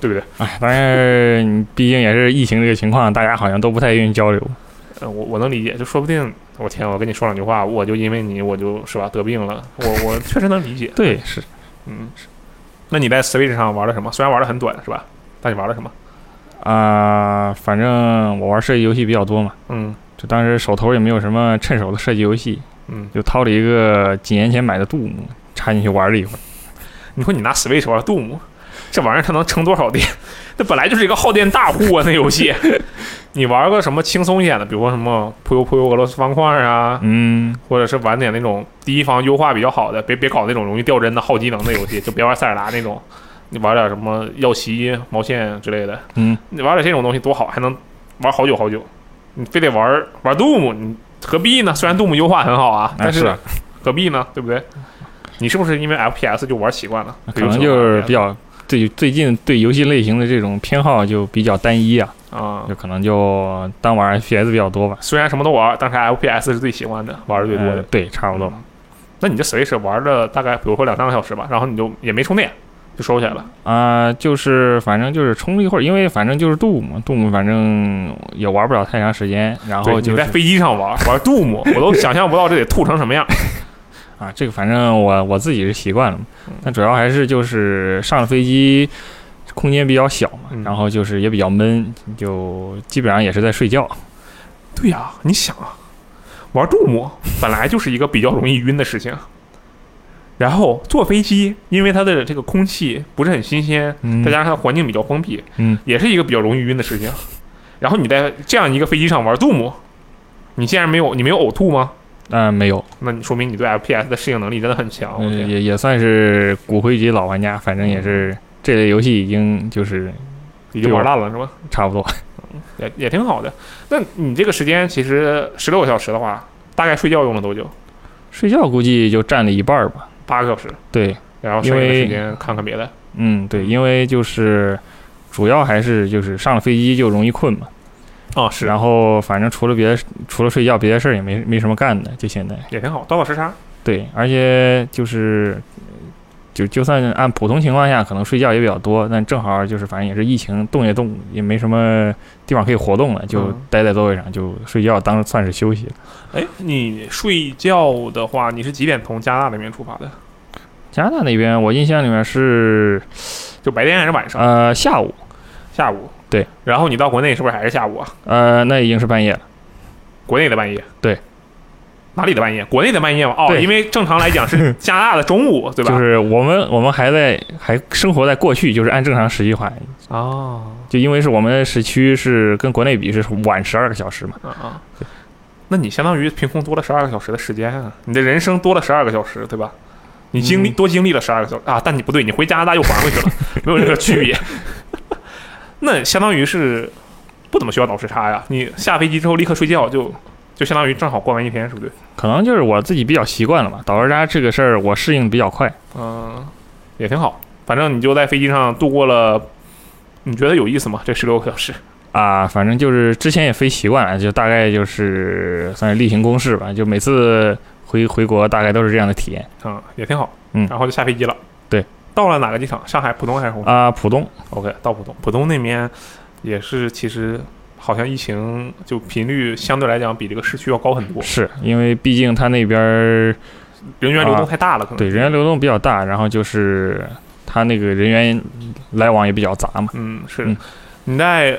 [SPEAKER 1] 对不对
[SPEAKER 2] 哎，反正毕竟也是疫情这个情况，大家好像都不太愿意交流。？”
[SPEAKER 1] 呃，我我能理解，就说不定我天，我跟你说两句话，我就因为你，我就是吧得病了。我我确实能理解。
[SPEAKER 2] 对，是
[SPEAKER 1] 嗯，那你在 Switch 上玩了什么？虽然玩的很短，是吧？但你玩了什么？
[SPEAKER 2] 啊、反正我玩射击游戏比较多嘛，
[SPEAKER 1] 嗯
[SPEAKER 2] 就当时手头也没有什么趁手的射击游戏，
[SPEAKER 1] 嗯。
[SPEAKER 2] 就掏了一个几年前买的 Doom 插进去玩了一会儿。
[SPEAKER 1] 你说你拿 Switch 玩 Doom，这玩意儿它能撑多少电？那本来就是一个耗电大户啊，那游戏。你玩个什么轻松一点的，比如说什么《扑悠扑悠俄罗斯方块》啊，
[SPEAKER 2] 嗯，
[SPEAKER 1] 或者是玩点那种第一方优化比较好的，别别搞那种容易掉帧的耗机能的游戏，就别玩塞尔达那种。你玩点什么药旗、毛线之类的，
[SPEAKER 2] 嗯，
[SPEAKER 1] 你玩点这种东西多好，还能玩好久好久。你非得玩玩 Doom，你何必呢？虽然 Doom 优化很好啊，但
[SPEAKER 2] 是啊
[SPEAKER 1] 何必呢？对不对？你是不是因为 FPS 就玩习惯了？哎
[SPEAKER 2] 可能就是比较对最近对游戏类型的这种偏好就比较单一啊，
[SPEAKER 1] 啊、
[SPEAKER 2] 就可能就单玩 FPS 比较多吧。
[SPEAKER 1] 虽然什么都玩，但是 FPS 是最喜欢的，玩的最多的，嗯
[SPEAKER 2] 呃对，差不多。
[SPEAKER 1] 那你这 Switch 玩了大概，比如说两三个小时吧，然后你就也没充电，就收起来了。
[SPEAKER 2] 啊、就是反正就是充了一会儿，因为反正就是 Doom，Doom 反正也玩不了太长时间，然后
[SPEAKER 1] 对
[SPEAKER 2] 就
[SPEAKER 1] 你
[SPEAKER 2] 是
[SPEAKER 1] 在飞机上玩玩 Doom，我都想象不到这得吐成什么样。
[SPEAKER 2] 啊，这个反正我我自己是习惯了嘛，
[SPEAKER 1] 嗯
[SPEAKER 2] 但主要还是就是上了飞机，空间比较小嘛，
[SPEAKER 1] 嗯
[SPEAKER 2] 然后就是也比较闷，就基本上也是在睡觉。
[SPEAKER 1] 对呀、你想啊，玩 Doom 本来就是一个比较容易晕的事情，然后坐飞机，因为它的这个空气不是很新鲜，
[SPEAKER 2] 嗯
[SPEAKER 1] 再加上它的环境比较封闭，
[SPEAKER 2] 嗯，
[SPEAKER 1] 也是一个比较容易晕的事情。然后你在这样一个飞机上玩 Doom，你竟然没有你没有呕吐吗？
[SPEAKER 2] 嗯、没有，
[SPEAKER 1] 那你说明你对 FPS 的适应能力真的很强。我
[SPEAKER 2] 呃
[SPEAKER 1] 天，
[SPEAKER 2] 也也算是骨灰级老玩家，反正也
[SPEAKER 1] 嗯
[SPEAKER 2] 是这类游戏已经就是
[SPEAKER 1] 已经玩烂了是吧？
[SPEAKER 2] 差不多。
[SPEAKER 1] 也也挺好的。那你这个时间其实十六个小时的话，大概睡觉用了多久？
[SPEAKER 2] 睡觉估计就占了一半儿吧。
[SPEAKER 1] 八个小时，
[SPEAKER 2] 对，
[SPEAKER 1] 然后剩下的
[SPEAKER 2] 因为
[SPEAKER 1] 时间看看别的。
[SPEAKER 2] 嗯，对，因为就是主要还是就是上了飞机就容易困嘛，
[SPEAKER 1] 啊、是啊，
[SPEAKER 2] 然后反正除了别的除了睡觉，别的事儿也没没什么干的，就现在。
[SPEAKER 1] 也挺好，倒倒时差。
[SPEAKER 2] 对，而且就是，就就算按普通情况下，可能睡觉也比较多，但正好就是反正也是疫情，动也动也没什么地方可以活动了，就
[SPEAKER 1] 嗯
[SPEAKER 2] 待在座位上就睡觉，当算是休息了。
[SPEAKER 1] 哎，你睡觉的话，你是几点从加拿大那边出发的？
[SPEAKER 2] 加拿大那边，我印象里面是
[SPEAKER 1] 就白天还是晚上？
[SPEAKER 2] 呃下午，
[SPEAKER 1] 下午。
[SPEAKER 2] 对。
[SPEAKER 1] 然后你到国内是不是还是下午啊？
[SPEAKER 2] 呃那已经是半夜了。
[SPEAKER 1] 国内的半夜。
[SPEAKER 2] 对。
[SPEAKER 1] 哪里的半夜？国内的半夜嘛。哦，
[SPEAKER 2] 对
[SPEAKER 1] 因为正常来讲 是加拿大的中午，对吧？
[SPEAKER 2] 就是我们我们还在还生活在过去，就是按正常时区划，
[SPEAKER 1] 哦，
[SPEAKER 2] 就因为是我们时区是跟国内比是晚十二个小时嘛，
[SPEAKER 1] 啊啊，那你相当于凭空多了十二个小时的时间啊，你的人生多了十二个小时，对吧？你经历、
[SPEAKER 2] 嗯
[SPEAKER 1] 多经历了十二个小时啊，但你不对，你回加拿大又还回去了，没有任何区 别。那相当于是不怎么需要倒时差呀，你下飞机之后立刻睡觉就就相当于正好过完一天，是不对？
[SPEAKER 2] 可能就是我自己比较习惯了吧，导致大家这个事儿我适应得比较快。
[SPEAKER 1] 嗯，也挺好。反正你就在飞机上度过了，你觉得有意思吗？这十六个小时？
[SPEAKER 2] 啊，反正就是之前也飞习惯了，就大概就是算是例行公事吧，就每次回回国大概都是这样的体验
[SPEAKER 1] 嗯，也挺好。
[SPEAKER 2] 嗯
[SPEAKER 1] 然后就下飞机了。
[SPEAKER 2] 对，
[SPEAKER 1] 到了哪个机场？上海浦东还是虹桥、
[SPEAKER 2] 啊。浦东
[SPEAKER 1] o k 到浦东。浦东那边也是，其实好像疫情就频率相对来讲比这个市区要高很多，
[SPEAKER 2] 是因为毕竟它那边儿
[SPEAKER 1] 人员流动太大了，可能。
[SPEAKER 2] 对人员流动比较大，然后就是它那个人员来往也比较杂嘛。
[SPEAKER 1] 嗯，是的。
[SPEAKER 2] 嗯
[SPEAKER 1] 你在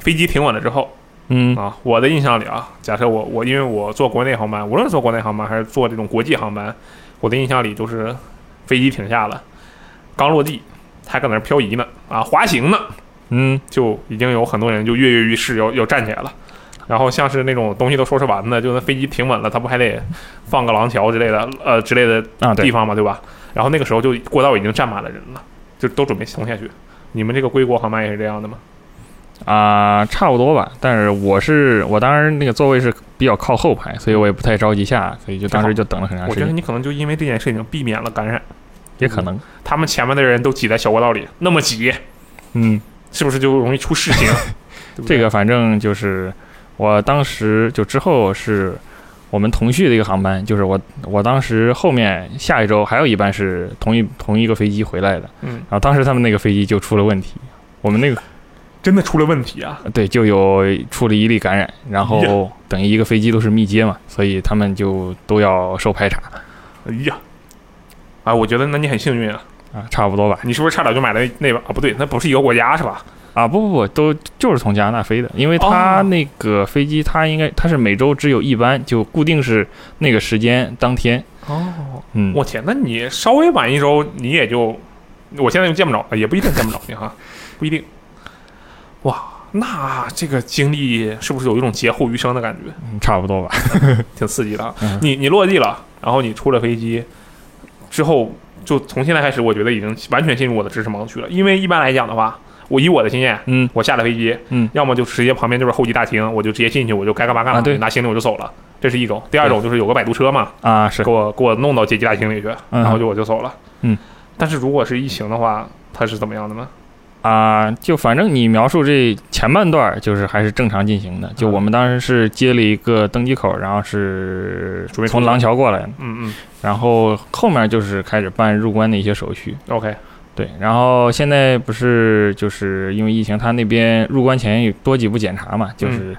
[SPEAKER 1] 飞机停稳了之后
[SPEAKER 2] 嗯
[SPEAKER 1] 啊，我的印象里啊，假设我我因为我坐国内航班，无论是坐国内航班还是坐这种国际航班，我的印象里就是飞机停下了，刚落地还搁那儿漂移呢啊，滑行呢，
[SPEAKER 2] 嗯，
[SPEAKER 1] 就已经有很多人就跃跃欲试，要要站起来了。然后像是那种东西都收拾完的，就那飞机停稳了，他不还得放个廊桥之类的，呃之类的
[SPEAKER 2] 啊
[SPEAKER 1] 地
[SPEAKER 2] 对，
[SPEAKER 1] 方嘛，对吧？然后那个时候就过道已经站满了人了，就都准备冲下去。你们这个归国航班也是这样的吗？
[SPEAKER 2] 啊，差不多吧。但是我是我当时那个座位是比较靠后排，所以我也不太着急下，所以就当时就等了很长
[SPEAKER 1] 我
[SPEAKER 2] 时
[SPEAKER 1] 觉得
[SPEAKER 2] 间，
[SPEAKER 1] 你可能就因为这件事情避免了感染。
[SPEAKER 2] 也可能，
[SPEAKER 1] 他们前面的人都挤在小过道里，那么挤，
[SPEAKER 2] 嗯，
[SPEAKER 1] 是不是就容易出事情？对不对
[SPEAKER 2] 这个反正就是我当时就之后是我们同序的一个航班，就是我我当时后面下一周还有一班是同一同一个飞机回来的，
[SPEAKER 1] 嗯，
[SPEAKER 2] 然后当时他们那个飞机就出了问题，我们那个呃
[SPEAKER 1] 真的出了问题啊！
[SPEAKER 2] 对就有出了一例感染，然
[SPEAKER 1] 呀
[SPEAKER 2] 后等于一个飞机都是密接嘛，所以他们就都要受排查
[SPEAKER 1] 哎呀，啊，我觉得那你很幸运啊！
[SPEAKER 2] 啊，差不多吧。
[SPEAKER 1] 你是不是差点就买了那边啊？不对，那不是一个国家是吧？
[SPEAKER 2] 啊，不不不，都就是从加拿大飞的，因为
[SPEAKER 1] 哦
[SPEAKER 2] 他那个飞机，他应该他是每周只有一班，就固定是那个时间当天。
[SPEAKER 1] 哦，
[SPEAKER 2] 嗯，
[SPEAKER 1] 我天，那你稍微晚一周，你也就，我现在就见不着，也不一定见不着你哈， 不一定。哇，那这个经历是不是有一种劫后余生的感觉？
[SPEAKER 2] 嗯差不多 吧。
[SPEAKER 1] 挺刺激的啊
[SPEAKER 2] 嗯！
[SPEAKER 1] 你你落地了，然后你出了飞机之后，就从现在开始，我觉得已经完全进入我的知识盲区了。因为一般来讲的话，我以我的经验，
[SPEAKER 2] 嗯，
[SPEAKER 1] 我下了飞机，
[SPEAKER 2] 嗯
[SPEAKER 1] 要么就直接旁边就是候机大厅，我就直接进去，我就该干嘛干嘛，
[SPEAKER 2] 啊对
[SPEAKER 1] 拿行李我就走了。这是一种，第二种就是有个摆渡车嘛，
[SPEAKER 2] 啊，是
[SPEAKER 1] 给我给我弄到接机大厅里去，
[SPEAKER 2] 嗯
[SPEAKER 1] 然后就我就走了。
[SPEAKER 2] 嗯，
[SPEAKER 1] 但是如果是疫情的话，它是怎么样的呢？
[SPEAKER 2] 啊，就反正你描述这前半段儿就是还是正常进行的。就
[SPEAKER 1] 嗯
[SPEAKER 2] 我们当时是接了一个登机口，然后是
[SPEAKER 1] 准备出
[SPEAKER 2] 从
[SPEAKER 1] 发
[SPEAKER 2] 廊桥过来的，
[SPEAKER 1] 嗯
[SPEAKER 2] 然后后面就是开始办入关的一些手续。
[SPEAKER 1] 嗯，OK，
[SPEAKER 2] 对，然后现在不是就是因为疫情，他那边入关前有多几步检查嘛，就是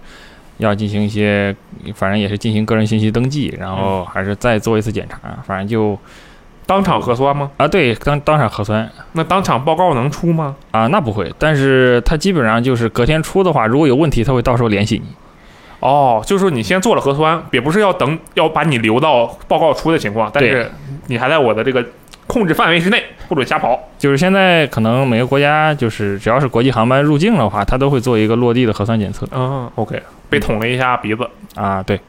[SPEAKER 2] 要进行一些，反正也是进行个人信息登记，然后还是再做一次检查，反正就
[SPEAKER 1] 当场核酸吗？
[SPEAKER 2] 啊，对，当当场核酸
[SPEAKER 1] 那当场报告能出吗？
[SPEAKER 2] 啊，那不会，但是他基本上就是隔天出的话，如果有问题，他会到时候联系你。
[SPEAKER 1] 哦，就是说你先做了核酸，也不是要等要把你留到报告出的情况，但
[SPEAKER 2] 对
[SPEAKER 1] 是你还在我的这个控制范围之内，不准瞎跑。
[SPEAKER 2] 就是现在可能每个国家就是只要是国际航班入境的话，他都会做一个落地的核酸检测
[SPEAKER 1] 嗯，OK，被捅了一下鼻子，
[SPEAKER 2] 啊，对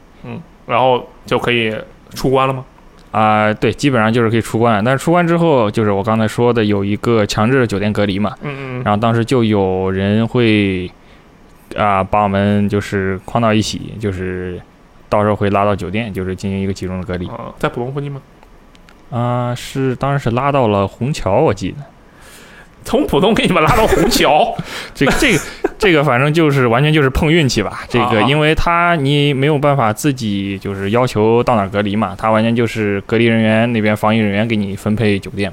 [SPEAKER 1] 然后就可以出关了吗？
[SPEAKER 2] 啊，对，基本上就是可以出关了。但是出关之后，就是我刚才说的有一个强制的酒店隔离嘛。
[SPEAKER 1] 嗯嗯
[SPEAKER 2] 然后当时就有人会啊、把我们就是框到一起，就是到时候会拉到酒店，就是进行一个集中的隔离
[SPEAKER 1] 嗯，啊，在浦东附近吗？
[SPEAKER 2] 啊、是当时是拉到了虹桥，我记得
[SPEAKER 1] 从浦东给你们拉到虹桥，
[SPEAKER 2] 这个这个这个反正就是完全就是碰运气吧。这
[SPEAKER 1] 啊
[SPEAKER 2] 个因为他你没有办法自己就是要求到哪儿隔离嘛，他完全就是隔离人员那边防疫人员给你分配酒店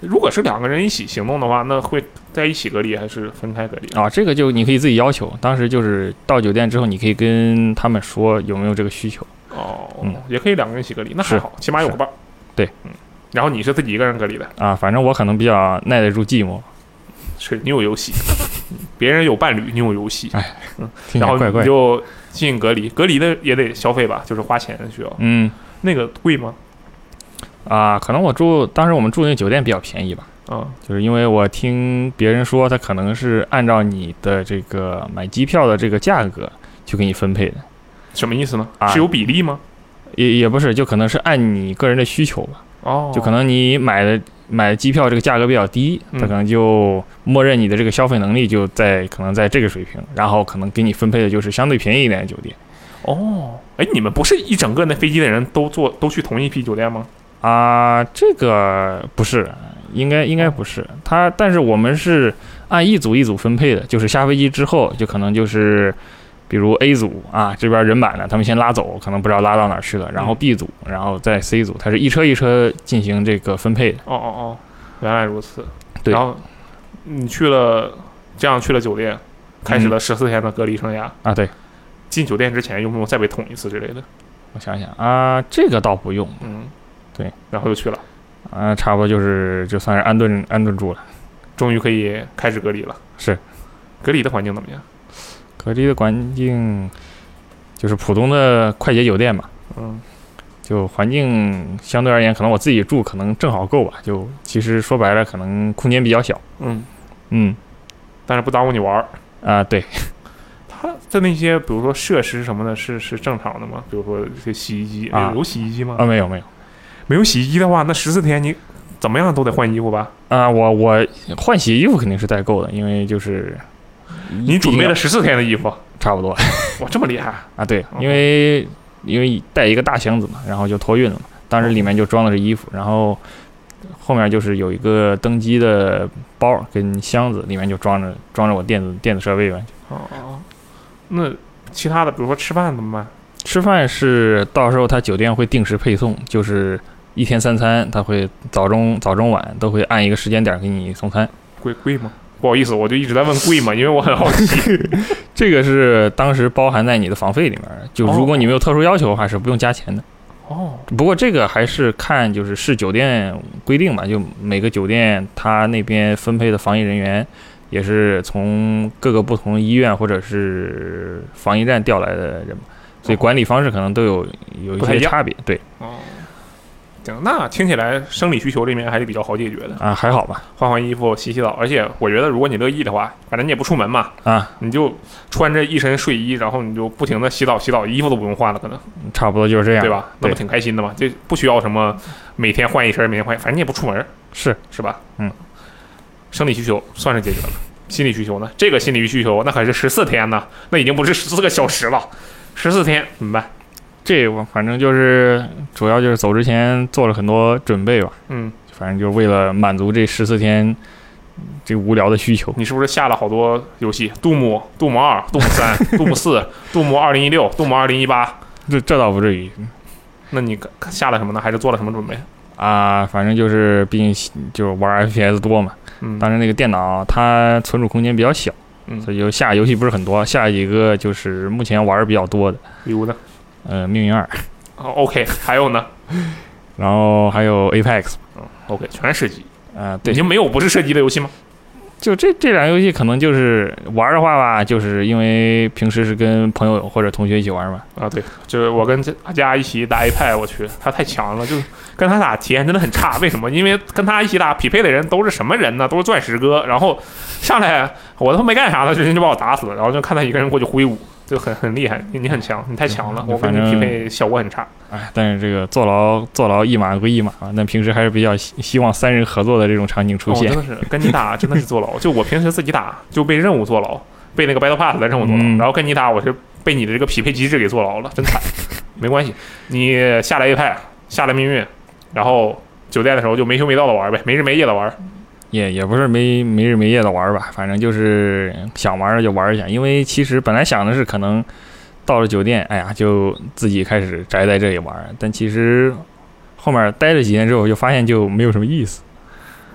[SPEAKER 1] 如果是两个人一起行动的话，那会在一起隔离还是分开隔离？
[SPEAKER 2] 啊，这个就你可以自己要求。当时就是到酒店之后，你可以跟他们说有没有这个需求。
[SPEAKER 1] 哦，
[SPEAKER 2] 嗯
[SPEAKER 1] 也可以两个人一起隔离，那还
[SPEAKER 2] 是
[SPEAKER 1] 好，起码有个伴儿。
[SPEAKER 2] 对，
[SPEAKER 1] 嗯，然后你是自己一个人隔离的，
[SPEAKER 2] 啊，反正我可能比较耐得住寂寞，
[SPEAKER 1] 是你有游 戏，别人有伴侣，你有游戏，
[SPEAKER 2] 听起
[SPEAKER 1] 然
[SPEAKER 2] 来
[SPEAKER 1] 后
[SPEAKER 2] 怪
[SPEAKER 1] 你
[SPEAKER 2] 怪。
[SPEAKER 1] 就进隔离，隔离的也得消费吧，就是花钱需要。
[SPEAKER 2] 嗯
[SPEAKER 1] 那个贵吗？
[SPEAKER 2] 啊，可能我住当时我们住那酒店比较便宜吧，
[SPEAKER 1] 啊，
[SPEAKER 2] 就是因为我听别人说，他可能是按照你的这个买机票的这个价格去给你分配的，
[SPEAKER 1] 什么意思呢？
[SPEAKER 2] 啊
[SPEAKER 1] 是有比例吗？
[SPEAKER 2] 也也不是，就可能是按你个人的需求吧，
[SPEAKER 1] 哦，
[SPEAKER 2] 就可能你买的买的机票这个价格比较低，他
[SPEAKER 1] 嗯
[SPEAKER 2] 可能就默认你的这个消费能力就在可能在这个水平，然后可能给你分配的就是相对便宜一点的酒店
[SPEAKER 1] 哦，哎，你们不是一整个那飞机的人都坐都去同一批酒店吗？
[SPEAKER 2] 啊，这个不是，应该应该不是他，但是我们是按一组一组分配的，就是下飞机之后就可能就是，比如 A 组啊这边人满了，他们先拉走，可能不知道拉到哪儿去了，然后
[SPEAKER 1] 嗯
[SPEAKER 2] B 组，然后再 C 组，它是一车一车进行这个分配的。
[SPEAKER 1] 哦哦哦，原来如此。
[SPEAKER 2] 对
[SPEAKER 1] 然后你去了，这样去了酒店，开始了
[SPEAKER 2] 嗯
[SPEAKER 1] 十四天的隔离生涯。
[SPEAKER 2] 啊，对，
[SPEAKER 1] 进酒店之前用不用再被捅一次之类的？
[SPEAKER 2] 我想想啊，这个倒不用，
[SPEAKER 1] 嗯，
[SPEAKER 2] 对。
[SPEAKER 1] 然后就去了，
[SPEAKER 2] 啊，差不多就是就算是安顿安顿住了。
[SPEAKER 1] 终于可以开始隔离了。
[SPEAKER 2] 是，
[SPEAKER 1] 隔离的环境怎么样？
[SPEAKER 2] 隔离的环境就是普通的快捷酒店嘛，
[SPEAKER 1] 嗯，
[SPEAKER 2] 就环境相对而言，可能我自己住可能正好够吧。就其实说白了，可能空间比较小。
[SPEAKER 1] 嗯，
[SPEAKER 2] 嗯
[SPEAKER 1] 但是不耽误你玩儿。
[SPEAKER 2] 啊、对，
[SPEAKER 1] 它的那些，比如说设施什么的，是是正常的吗？比如说这些洗衣机，
[SPEAKER 2] 啊
[SPEAKER 1] 有洗衣机吗？
[SPEAKER 2] 啊没有没有
[SPEAKER 1] 没有洗衣机的话，那十四天你怎么样都得换衣服吧？
[SPEAKER 2] 啊、我我换洗衣服肯定是代购的，因为就是
[SPEAKER 1] 你准备了
[SPEAKER 2] 毕
[SPEAKER 1] 十四天的衣服，
[SPEAKER 2] 竟差不多
[SPEAKER 1] 哇，这么厉害！
[SPEAKER 2] 啊，对，
[SPEAKER 1] OK
[SPEAKER 2] 因为因为带一个大箱子嘛，然后就托运了嘛，当时里面就装的是衣服，然后。后面就是有一个登机的包跟箱子，里面就装着装着我电子电子设备吧，
[SPEAKER 1] 哦哦，哦，那其他的，比如说吃饭怎么办？
[SPEAKER 2] 吃饭是到时候他酒店会定时配送，就是一天三餐，他会早中早中晚都会按一个时间点给你送餐。
[SPEAKER 1] 贵贵吗？不好意思，我就一直在问贵 吗，因为我很好奇。
[SPEAKER 2] 这个是当时包含在你的房费里面的，就
[SPEAKER 1] 哦
[SPEAKER 2] 如果你没有特殊要求的话是不用加钱的。
[SPEAKER 1] 哦，
[SPEAKER 2] 不过这个还是看就是是酒店规定吧，就每个酒店他那边分配的防疫人员也是从各个不同医院或者是防疫站调来的人嘛，所以管理方式可能都有有一
[SPEAKER 1] 不太一
[SPEAKER 2] 些
[SPEAKER 1] 样
[SPEAKER 2] 差别。对
[SPEAKER 1] 哦，行，那听起来生理需求这面还是比较好解决的，
[SPEAKER 2] 啊，还好吧
[SPEAKER 1] 换换衣服、洗洗澡，而且我觉得如果你乐意的话，反正你也不出门嘛，
[SPEAKER 2] 啊，
[SPEAKER 1] 你就穿着一身睡衣，然后你就不停的洗澡、洗澡，衣服都不用换了，可能
[SPEAKER 2] 差不多就是这样，
[SPEAKER 1] 对？吧？那不
[SPEAKER 2] 对
[SPEAKER 1] 挺开心的吗？这不需要什么每天换一身，每天换，反正你也不出门，
[SPEAKER 2] 是
[SPEAKER 1] 是吧？
[SPEAKER 2] 嗯，
[SPEAKER 1] 生理需求算是解决了，心理需求呢？这个心理需求那可是十四天呢，那已经不是十四个小时了，十四天怎么办？
[SPEAKER 2] 这我反正就是主要就是走之前做了很多准备吧，
[SPEAKER 1] 嗯，
[SPEAKER 2] 反正就是为了满足这十四天这无聊的需求。
[SPEAKER 1] 你是不是下了好多游戏？杜牧、杜牧二、杜牧 三、杜牧四、杜牧二零一六、杜牧二零一八？
[SPEAKER 2] 这这倒不至于
[SPEAKER 1] 那你下了什么呢？还是做了什么准备？
[SPEAKER 2] 啊，反正就是毕竟就玩 FPS 多嘛，
[SPEAKER 1] 嗯，
[SPEAKER 2] 当时那个电脑它存储空间比较小，
[SPEAKER 1] 嗯
[SPEAKER 2] 所以就下游戏不是很多，下一个就是目前玩的比较多的，
[SPEAKER 1] 比如呢？
[SPEAKER 2] 呃，命运二，
[SPEAKER 1] 哦，OK，还有呢？
[SPEAKER 2] 然后还有 Apex，
[SPEAKER 1] 嗯，OK，全是射击，
[SPEAKER 2] 啊、对
[SPEAKER 1] 已，经没有不是射击的游戏吗？
[SPEAKER 2] 就这这两个游戏，可能就是玩的话吧，就是因为平时是跟朋友或者同学一起玩嘛。
[SPEAKER 1] 啊，对，就是我跟这大家一起打 A 派，我去，他太强了，就是跟他打体验真的很差。为什么？因为跟他一起打匹配的人都是什么人呢？都是钻石哥，然后上来我都没干啥呢，直接就把我打死了，然后就看他一个人过去挥舞，就很很厉害。你你很强，你太强了，
[SPEAKER 2] 嗯
[SPEAKER 1] 我跟
[SPEAKER 2] 反
[SPEAKER 1] 你匹
[SPEAKER 2] 正
[SPEAKER 1] 配效果很差。
[SPEAKER 2] 哎，但是这个坐牢坐牢一码归一码啊，但平时还是比较希希望三人合作的这种场景出
[SPEAKER 1] 我、
[SPEAKER 2] 现
[SPEAKER 1] 哦真。的是跟你打真的是坐 牢，就我平时自己打就被任务坐牢，被那个 Battle Pass 的任务坐牢，
[SPEAKER 2] 嗯
[SPEAKER 1] 然后跟你打我是被你的这个匹配机制给坐牢了，真 惨。没关系，你下来 A 派，下来命运，然后酒店的时候就没羞没臊的玩呗，没日没夜的玩。
[SPEAKER 2] 也也不是没没日没夜的玩吧，反正就是想玩就玩一下。因为其实本来想的是可能到了酒店，哎呀，就自己开始宅在这里玩，但其实后面待了几天之后，就发现就没有什么意思。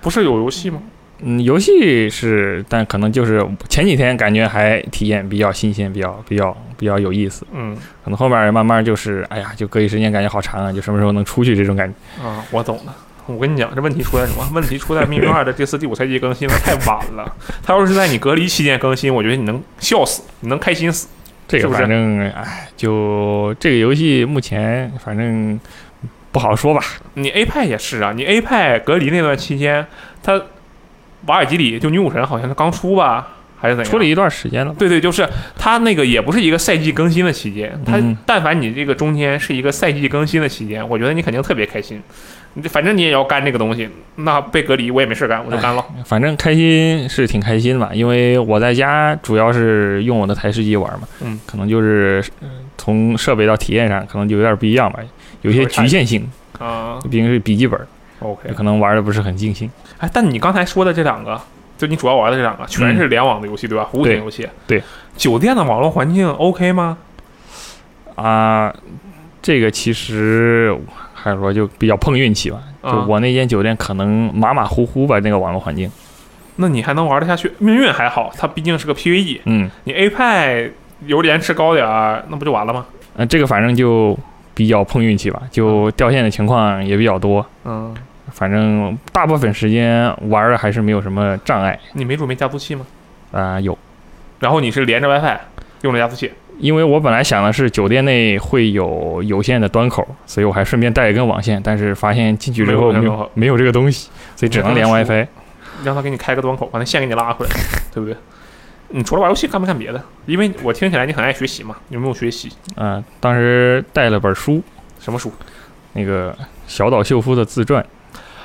[SPEAKER 1] 不是有游戏吗？
[SPEAKER 2] 嗯，游戏是，但可能就是前几天感觉还体验比较新鲜，比较比较比较有意思。
[SPEAKER 1] 嗯
[SPEAKER 2] 可能后面慢慢就是，哎呀，就隔一时间感觉好长啊，就什么时候能出去这种感觉。
[SPEAKER 1] 啊，我懂了。我跟你讲，这问题出在什么？问 题出在《命运二》的第四、第五赛季更新的太晚了。它要是在你隔离期间更新，我觉得你能笑死，你能开心死。
[SPEAKER 2] 这
[SPEAKER 1] 是
[SPEAKER 2] 个
[SPEAKER 1] 不是
[SPEAKER 2] 反正哎，就这个游戏目前反正不好说吧。
[SPEAKER 1] 你 A 派也是啊，你 A 派隔离那段期间，他瓦尔基里就女武神好像是刚出吧，还是怎样？
[SPEAKER 2] 出了一段时间了，
[SPEAKER 1] 对对，就是他那个也不是一个赛季更新的期间，他
[SPEAKER 2] 嗯
[SPEAKER 1] 但凡你这个中间是一个赛季更新的期间，我觉得你肯定特别开心。你就反正你也要干这个东西，那被隔离我也没事干，我就干了。
[SPEAKER 2] 反正开心是挺开心嘛，因为我在家主要是用我的台式机玩嘛，
[SPEAKER 1] 嗯，
[SPEAKER 2] 可能就是呃从设备到体验上可能就有点不一样吧，有一些局限性，
[SPEAKER 1] 啊、
[SPEAKER 2] 毕竟是笔记本，
[SPEAKER 1] o k
[SPEAKER 2] 可能玩的不是很尽兴。
[SPEAKER 1] 哎，但你刚才说的这两个，就你主要玩的这两个，全是联网的游戏，对吧？无
[SPEAKER 2] 嗯对
[SPEAKER 1] 线游戏。
[SPEAKER 2] 对
[SPEAKER 1] 酒店的网络环境 OK 吗？
[SPEAKER 2] 啊，这个其实还是说就比较碰运气吧。就
[SPEAKER 1] 啊
[SPEAKER 2] 我那间酒店可能马马虎虎吧，那个网络环境。
[SPEAKER 1] 那你还能玩得下去？命运还好，它毕竟是个 PVE，
[SPEAKER 2] 嗯，
[SPEAKER 1] 你 A 派有延迟高点儿，那不就完了吗？
[SPEAKER 2] 呃，这个反正就比较碰运气吧，就掉线的情况也比较多。
[SPEAKER 1] 嗯，
[SPEAKER 2] 反正大部分时间玩的还是没有什么障碍
[SPEAKER 1] 你没准没加速器吗？
[SPEAKER 2] 啊、有，
[SPEAKER 1] 然后你是连着 WiFi 用的加速器，
[SPEAKER 2] 因为我本来想的是酒店内会有有线的端口，所以我还顺便带一根网线，但是发现进去之后
[SPEAKER 1] 没有
[SPEAKER 2] 没
[SPEAKER 1] 没有
[SPEAKER 2] 有没有这个东西，所以只能连
[SPEAKER 1] 没有
[SPEAKER 2] WiFi。
[SPEAKER 1] 让他给你开个端口，把那线给你拉回来，对不对？你除了玩游戏干没干别的？因为我听起来你很爱学习嘛，有没有学习？
[SPEAKER 2] 嗯、当时带了本书，
[SPEAKER 1] 什么书？
[SPEAKER 2] 那个小岛秀夫的自传。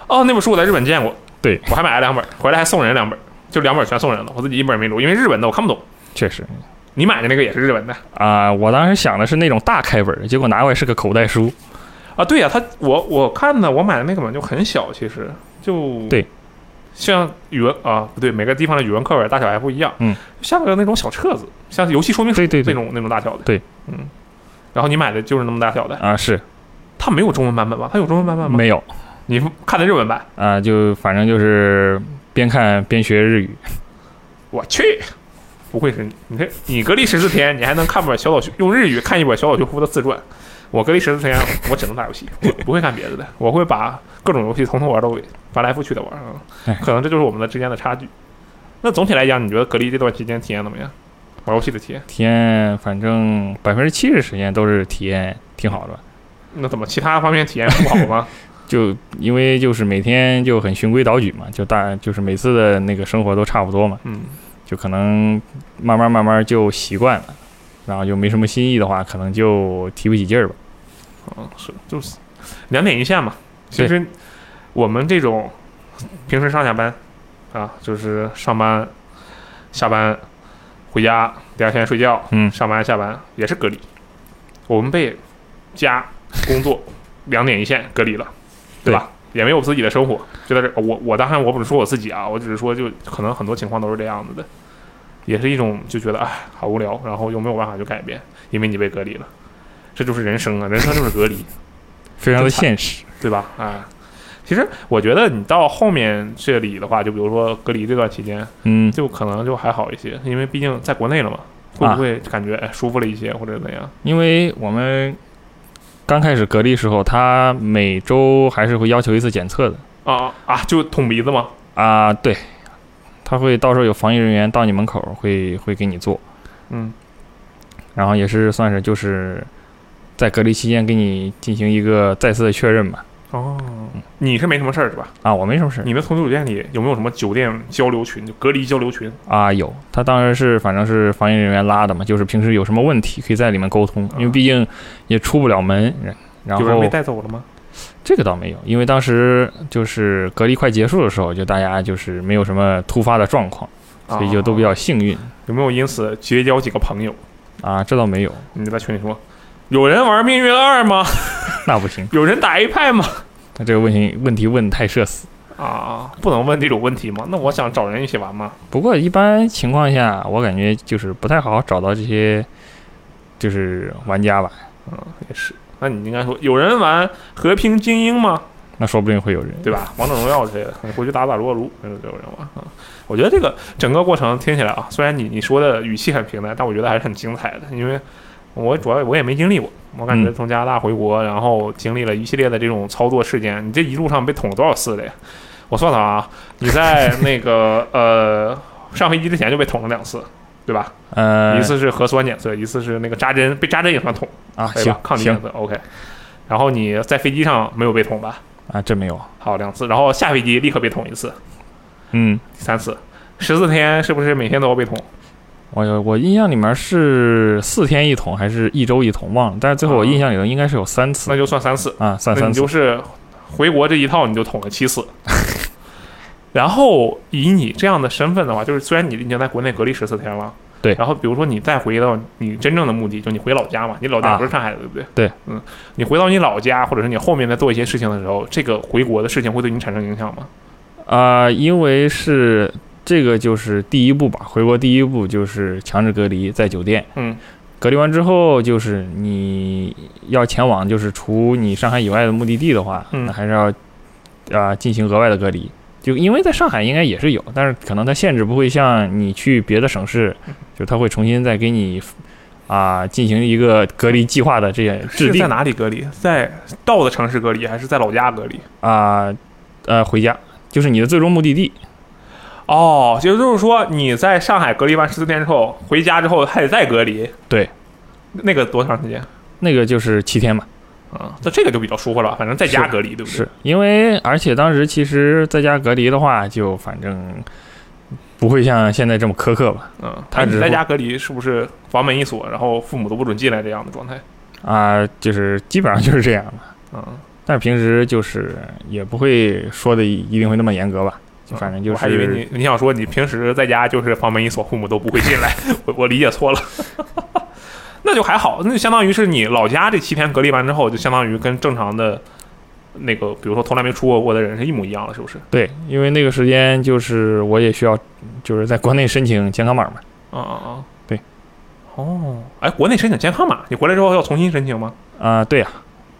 [SPEAKER 1] 哦，那本书我在日本见过，
[SPEAKER 2] 对
[SPEAKER 1] 我还买了两本，回来还送人两本，就两本全送人了，我自己一本没录，因为日本的我看不懂。
[SPEAKER 2] 确实
[SPEAKER 1] 你买的那个也是日文的
[SPEAKER 2] 啊、我当时想的是那种大开本儿，结果拿过来是个口袋书。
[SPEAKER 1] 啊？对呀、他我我看的我买的那个本就很小，其实就
[SPEAKER 2] 对，
[SPEAKER 1] 像语文啊不对，每个地方的语文课本大小还不一样，
[SPEAKER 2] 嗯，
[SPEAKER 1] 像个那种小册子，像游戏说明书
[SPEAKER 2] 对对
[SPEAKER 1] 那
[SPEAKER 2] 对，
[SPEAKER 1] 种那种大小的，
[SPEAKER 2] 对，
[SPEAKER 1] 嗯。然后你买的就是那么大小的，
[SPEAKER 2] 啊、是
[SPEAKER 1] 它没有中文版本吧？它有中文版本吗？
[SPEAKER 2] 没有
[SPEAKER 1] 你看的日文版，
[SPEAKER 2] 啊、就反正就是边看边学日语。
[SPEAKER 1] 我去，不愧是你！你看，你隔离十四天，你还能看本小岛秀用日语看一本小岛秀夫的自传。我隔离十四天， 我只能打游戏，我不会干别的的。我会把各种游戏从头玩到尾，翻来覆去的玩啊
[SPEAKER 2] 哎。
[SPEAKER 1] 可能这就是我们的之间的差距。那总体来讲，你觉得隔离这段期间体验怎么样？玩游戏的体验？
[SPEAKER 2] 体验反正百分之七十时间都是体验挺好的吧，
[SPEAKER 1] 那怎么其他方面体验不好吗？
[SPEAKER 2] 就因为就是每天就很循规蹈矩嘛，就大就是每次的那个生活都差不多嘛，
[SPEAKER 1] 嗯，
[SPEAKER 2] 就可能慢慢慢慢就习惯了，然后就没什么新意的话，可能就提不起劲儿吧。
[SPEAKER 1] 嗯，是，就是两点一线嘛。其实我们这种平时上下班啊，就是上班、下班、回家，第二天睡觉，
[SPEAKER 2] 嗯
[SPEAKER 1] 上班下班也是隔离。我们被家、工作两点一线隔离了，对吧？也没有自己的生活，就在这儿。我我当然我不是说我自己啊，我只是说就可能很多情况都是这样子的，也是一种就觉得哎好无聊，然后又没有办法去改变，因为你被隔离了，这就是人生啊，人生就是隔离。
[SPEAKER 2] 非常的
[SPEAKER 1] 就差
[SPEAKER 2] 现实。
[SPEAKER 1] 对吧？啊，其实我觉得你到后面这里的话，就比如说隔离这段期间，
[SPEAKER 2] 嗯，
[SPEAKER 1] 就可能就还好一些，因为毕竟在国内了嘛，会不会感觉、哎、舒服了一些或者怎样？
[SPEAKER 2] 因为我们刚开始隔离时候，他每周还是会要求一次检测的
[SPEAKER 1] 啊啊，就捅鼻子嘛。
[SPEAKER 2] 啊，对，他会到时候有防疫人员到你门口会会给你做，
[SPEAKER 1] 嗯，
[SPEAKER 2] 然后也是算是就是在隔离期间给你进行一个再次的确认吧。
[SPEAKER 1] 哦，你是没什么事儿是吧？
[SPEAKER 2] 啊，我没什么事儿
[SPEAKER 1] 你们同酒店里有没有什么酒店交流群，就隔离交流群？
[SPEAKER 2] 啊，有他当时是反正是防疫人员拉的嘛，就是平时有什么问题可以在里面沟通，因为
[SPEAKER 1] 啊
[SPEAKER 2] 毕竟也出不了门，然然
[SPEAKER 1] 有人
[SPEAKER 2] 后
[SPEAKER 1] 被带走了吗？
[SPEAKER 2] 这个倒没有，因为当时就是隔离快结束的时候，就大家就是没有什么突发的状况，所以就都比
[SPEAKER 1] 啊
[SPEAKER 2] 较幸运
[SPEAKER 1] 有没有因此结交几个朋友？
[SPEAKER 2] 啊。这倒没有，
[SPEAKER 1] 你就在群里说，有人玩命运二吗？
[SPEAKER 2] 那不行，
[SPEAKER 1] 有人打 A 派 吗？
[SPEAKER 2] 那这个问题问题问得太社死。
[SPEAKER 1] 啊，不能问这种问题吗？那我想找人一起玩嘛。
[SPEAKER 2] 不过一般情况下，我感觉就是不太好找到这些就是玩家吧，
[SPEAKER 1] 也是。那你应该说，有人玩《和平精英》吗？
[SPEAKER 2] 那说不定会有人。
[SPEAKER 1] 对吧？王者荣耀之类的，你回去打打撸啊撸，那就有人玩啊。我觉得这个整个过程听起来啊，虽然你你说的语气很平淡，但我觉得还是很精彩的，因为我主要我也没经历过，我感觉
[SPEAKER 2] 嗯
[SPEAKER 1] 从加拿大回国，然后经历了一系列的这种操作事件，你这一路上被捅了多少次了呀？我算算啊，你在那个呃上飞机之前就被捅了两次，对吧？
[SPEAKER 2] 呃，
[SPEAKER 1] 一次是核酸检测，一次是那个扎针，被扎针也算捅。
[SPEAKER 2] 啊，
[SPEAKER 1] 对
[SPEAKER 2] 行
[SPEAKER 1] 吧？抗体检
[SPEAKER 2] 行
[SPEAKER 1] 测 OK。然后你在飞机上没有被捅吧？
[SPEAKER 2] 啊，这没有，
[SPEAKER 1] 好，两次。然后下飞机立刻被捅一次，
[SPEAKER 2] 嗯，
[SPEAKER 1] 第三次，十四天是不是每天都要被捅？
[SPEAKER 2] 我我印象里面是四天一桶还是一周一桶忘了，但是最后我印象里头应该是有三次
[SPEAKER 1] 那就算三次，
[SPEAKER 2] 啊，算
[SPEAKER 1] 那
[SPEAKER 2] 三
[SPEAKER 1] 你
[SPEAKER 2] 次
[SPEAKER 1] 就是回国这一套你就捅了七 次。然后以你这样的身份的话，就是虽然你已经在国内隔离十四天了，
[SPEAKER 2] 对
[SPEAKER 1] 然后比如说你再回到你真正的目的，就你回老家嘛，你老家
[SPEAKER 2] 啊
[SPEAKER 1] 不是上海的，对不对？
[SPEAKER 2] 对，
[SPEAKER 1] 嗯，你回到你老家，或者是你后面在做一些事情的时候，这个回国的事情会对你产生影响吗？
[SPEAKER 2] 啊、因为是这个就是第一步吧，回国第一步就是强制隔离在酒店。
[SPEAKER 1] 嗯，
[SPEAKER 2] 隔离完之后，就是你要前往就是除你上海以外的目的地的话，
[SPEAKER 1] 嗯
[SPEAKER 2] 那还是要啊、进行额外的隔离。就因为在上海应该也是有，但是可能它限制不会像你去别的省市，
[SPEAKER 1] 嗯
[SPEAKER 2] 就它会重新再给你啊、进行一个隔离计划的这些制
[SPEAKER 1] 是
[SPEAKER 2] 定
[SPEAKER 1] 在哪里隔离？在到的城市隔离，还是在老家隔离？
[SPEAKER 2] 啊、呃回家就是你的最终目的地。
[SPEAKER 1] 哦，也就是说你在上海隔离完十四天之后，回家之后还得再隔离。
[SPEAKER 2] 对，
[SPEAKER 1] 那个多长时间？
[SPEAKER 2] 那个就是七天嘛，
[SPEAKER 1] 啊、那这个就比较舒服了，反正在家
[SPEAKER 2] 是
[SPEAKER 1] 隔离，对不对？
[SPEAKER 2] 是因为而且当时其实在家隔离的话，就反正不会像现在这么苛刻吧。
[SPEAKER 1] 嗯，
[SPEAKER 2] 他只
[SPEAKER 1] 你
[SPEAKER 2] 是
[SPEAKER 1] 在
[SPEAKER 2] 会
[SPEAKER 1] 家隔离是不是房门一锁，然后父母都不准进来这样的状态？
[SPEAKER 2] 啊、就是基本上就是这样的。
[SPEAKER 1] 嗯，
[SPEAKER 2] 但是平时就是也不会说的一定会那么严格吧，就反正就
[SPEAKER 1] 哦我
[SPEAKER 2] 是
[SPEAKER 1] 还以为你你想说你平时在家就是房门一锁，父母都不会进来， 我我理解错了。 那就还好，那就相当于是你老家这七天隔离完之后，就相当于跟正常的那个，比如说从来没出过国的人是一模一样的，是不是？
[SPEAKER 2] 对，因为那个时间就是我也需要就是在国内申请健康码嘛，
[SPEAKER 1] 啊啊啊！
[SPEAKER 2] 对。
[SPEAKER 1] 哦，哎，国内申请健康码，你回来之后要重新申请吗？
[SPEAKER 2] 啊、对呀、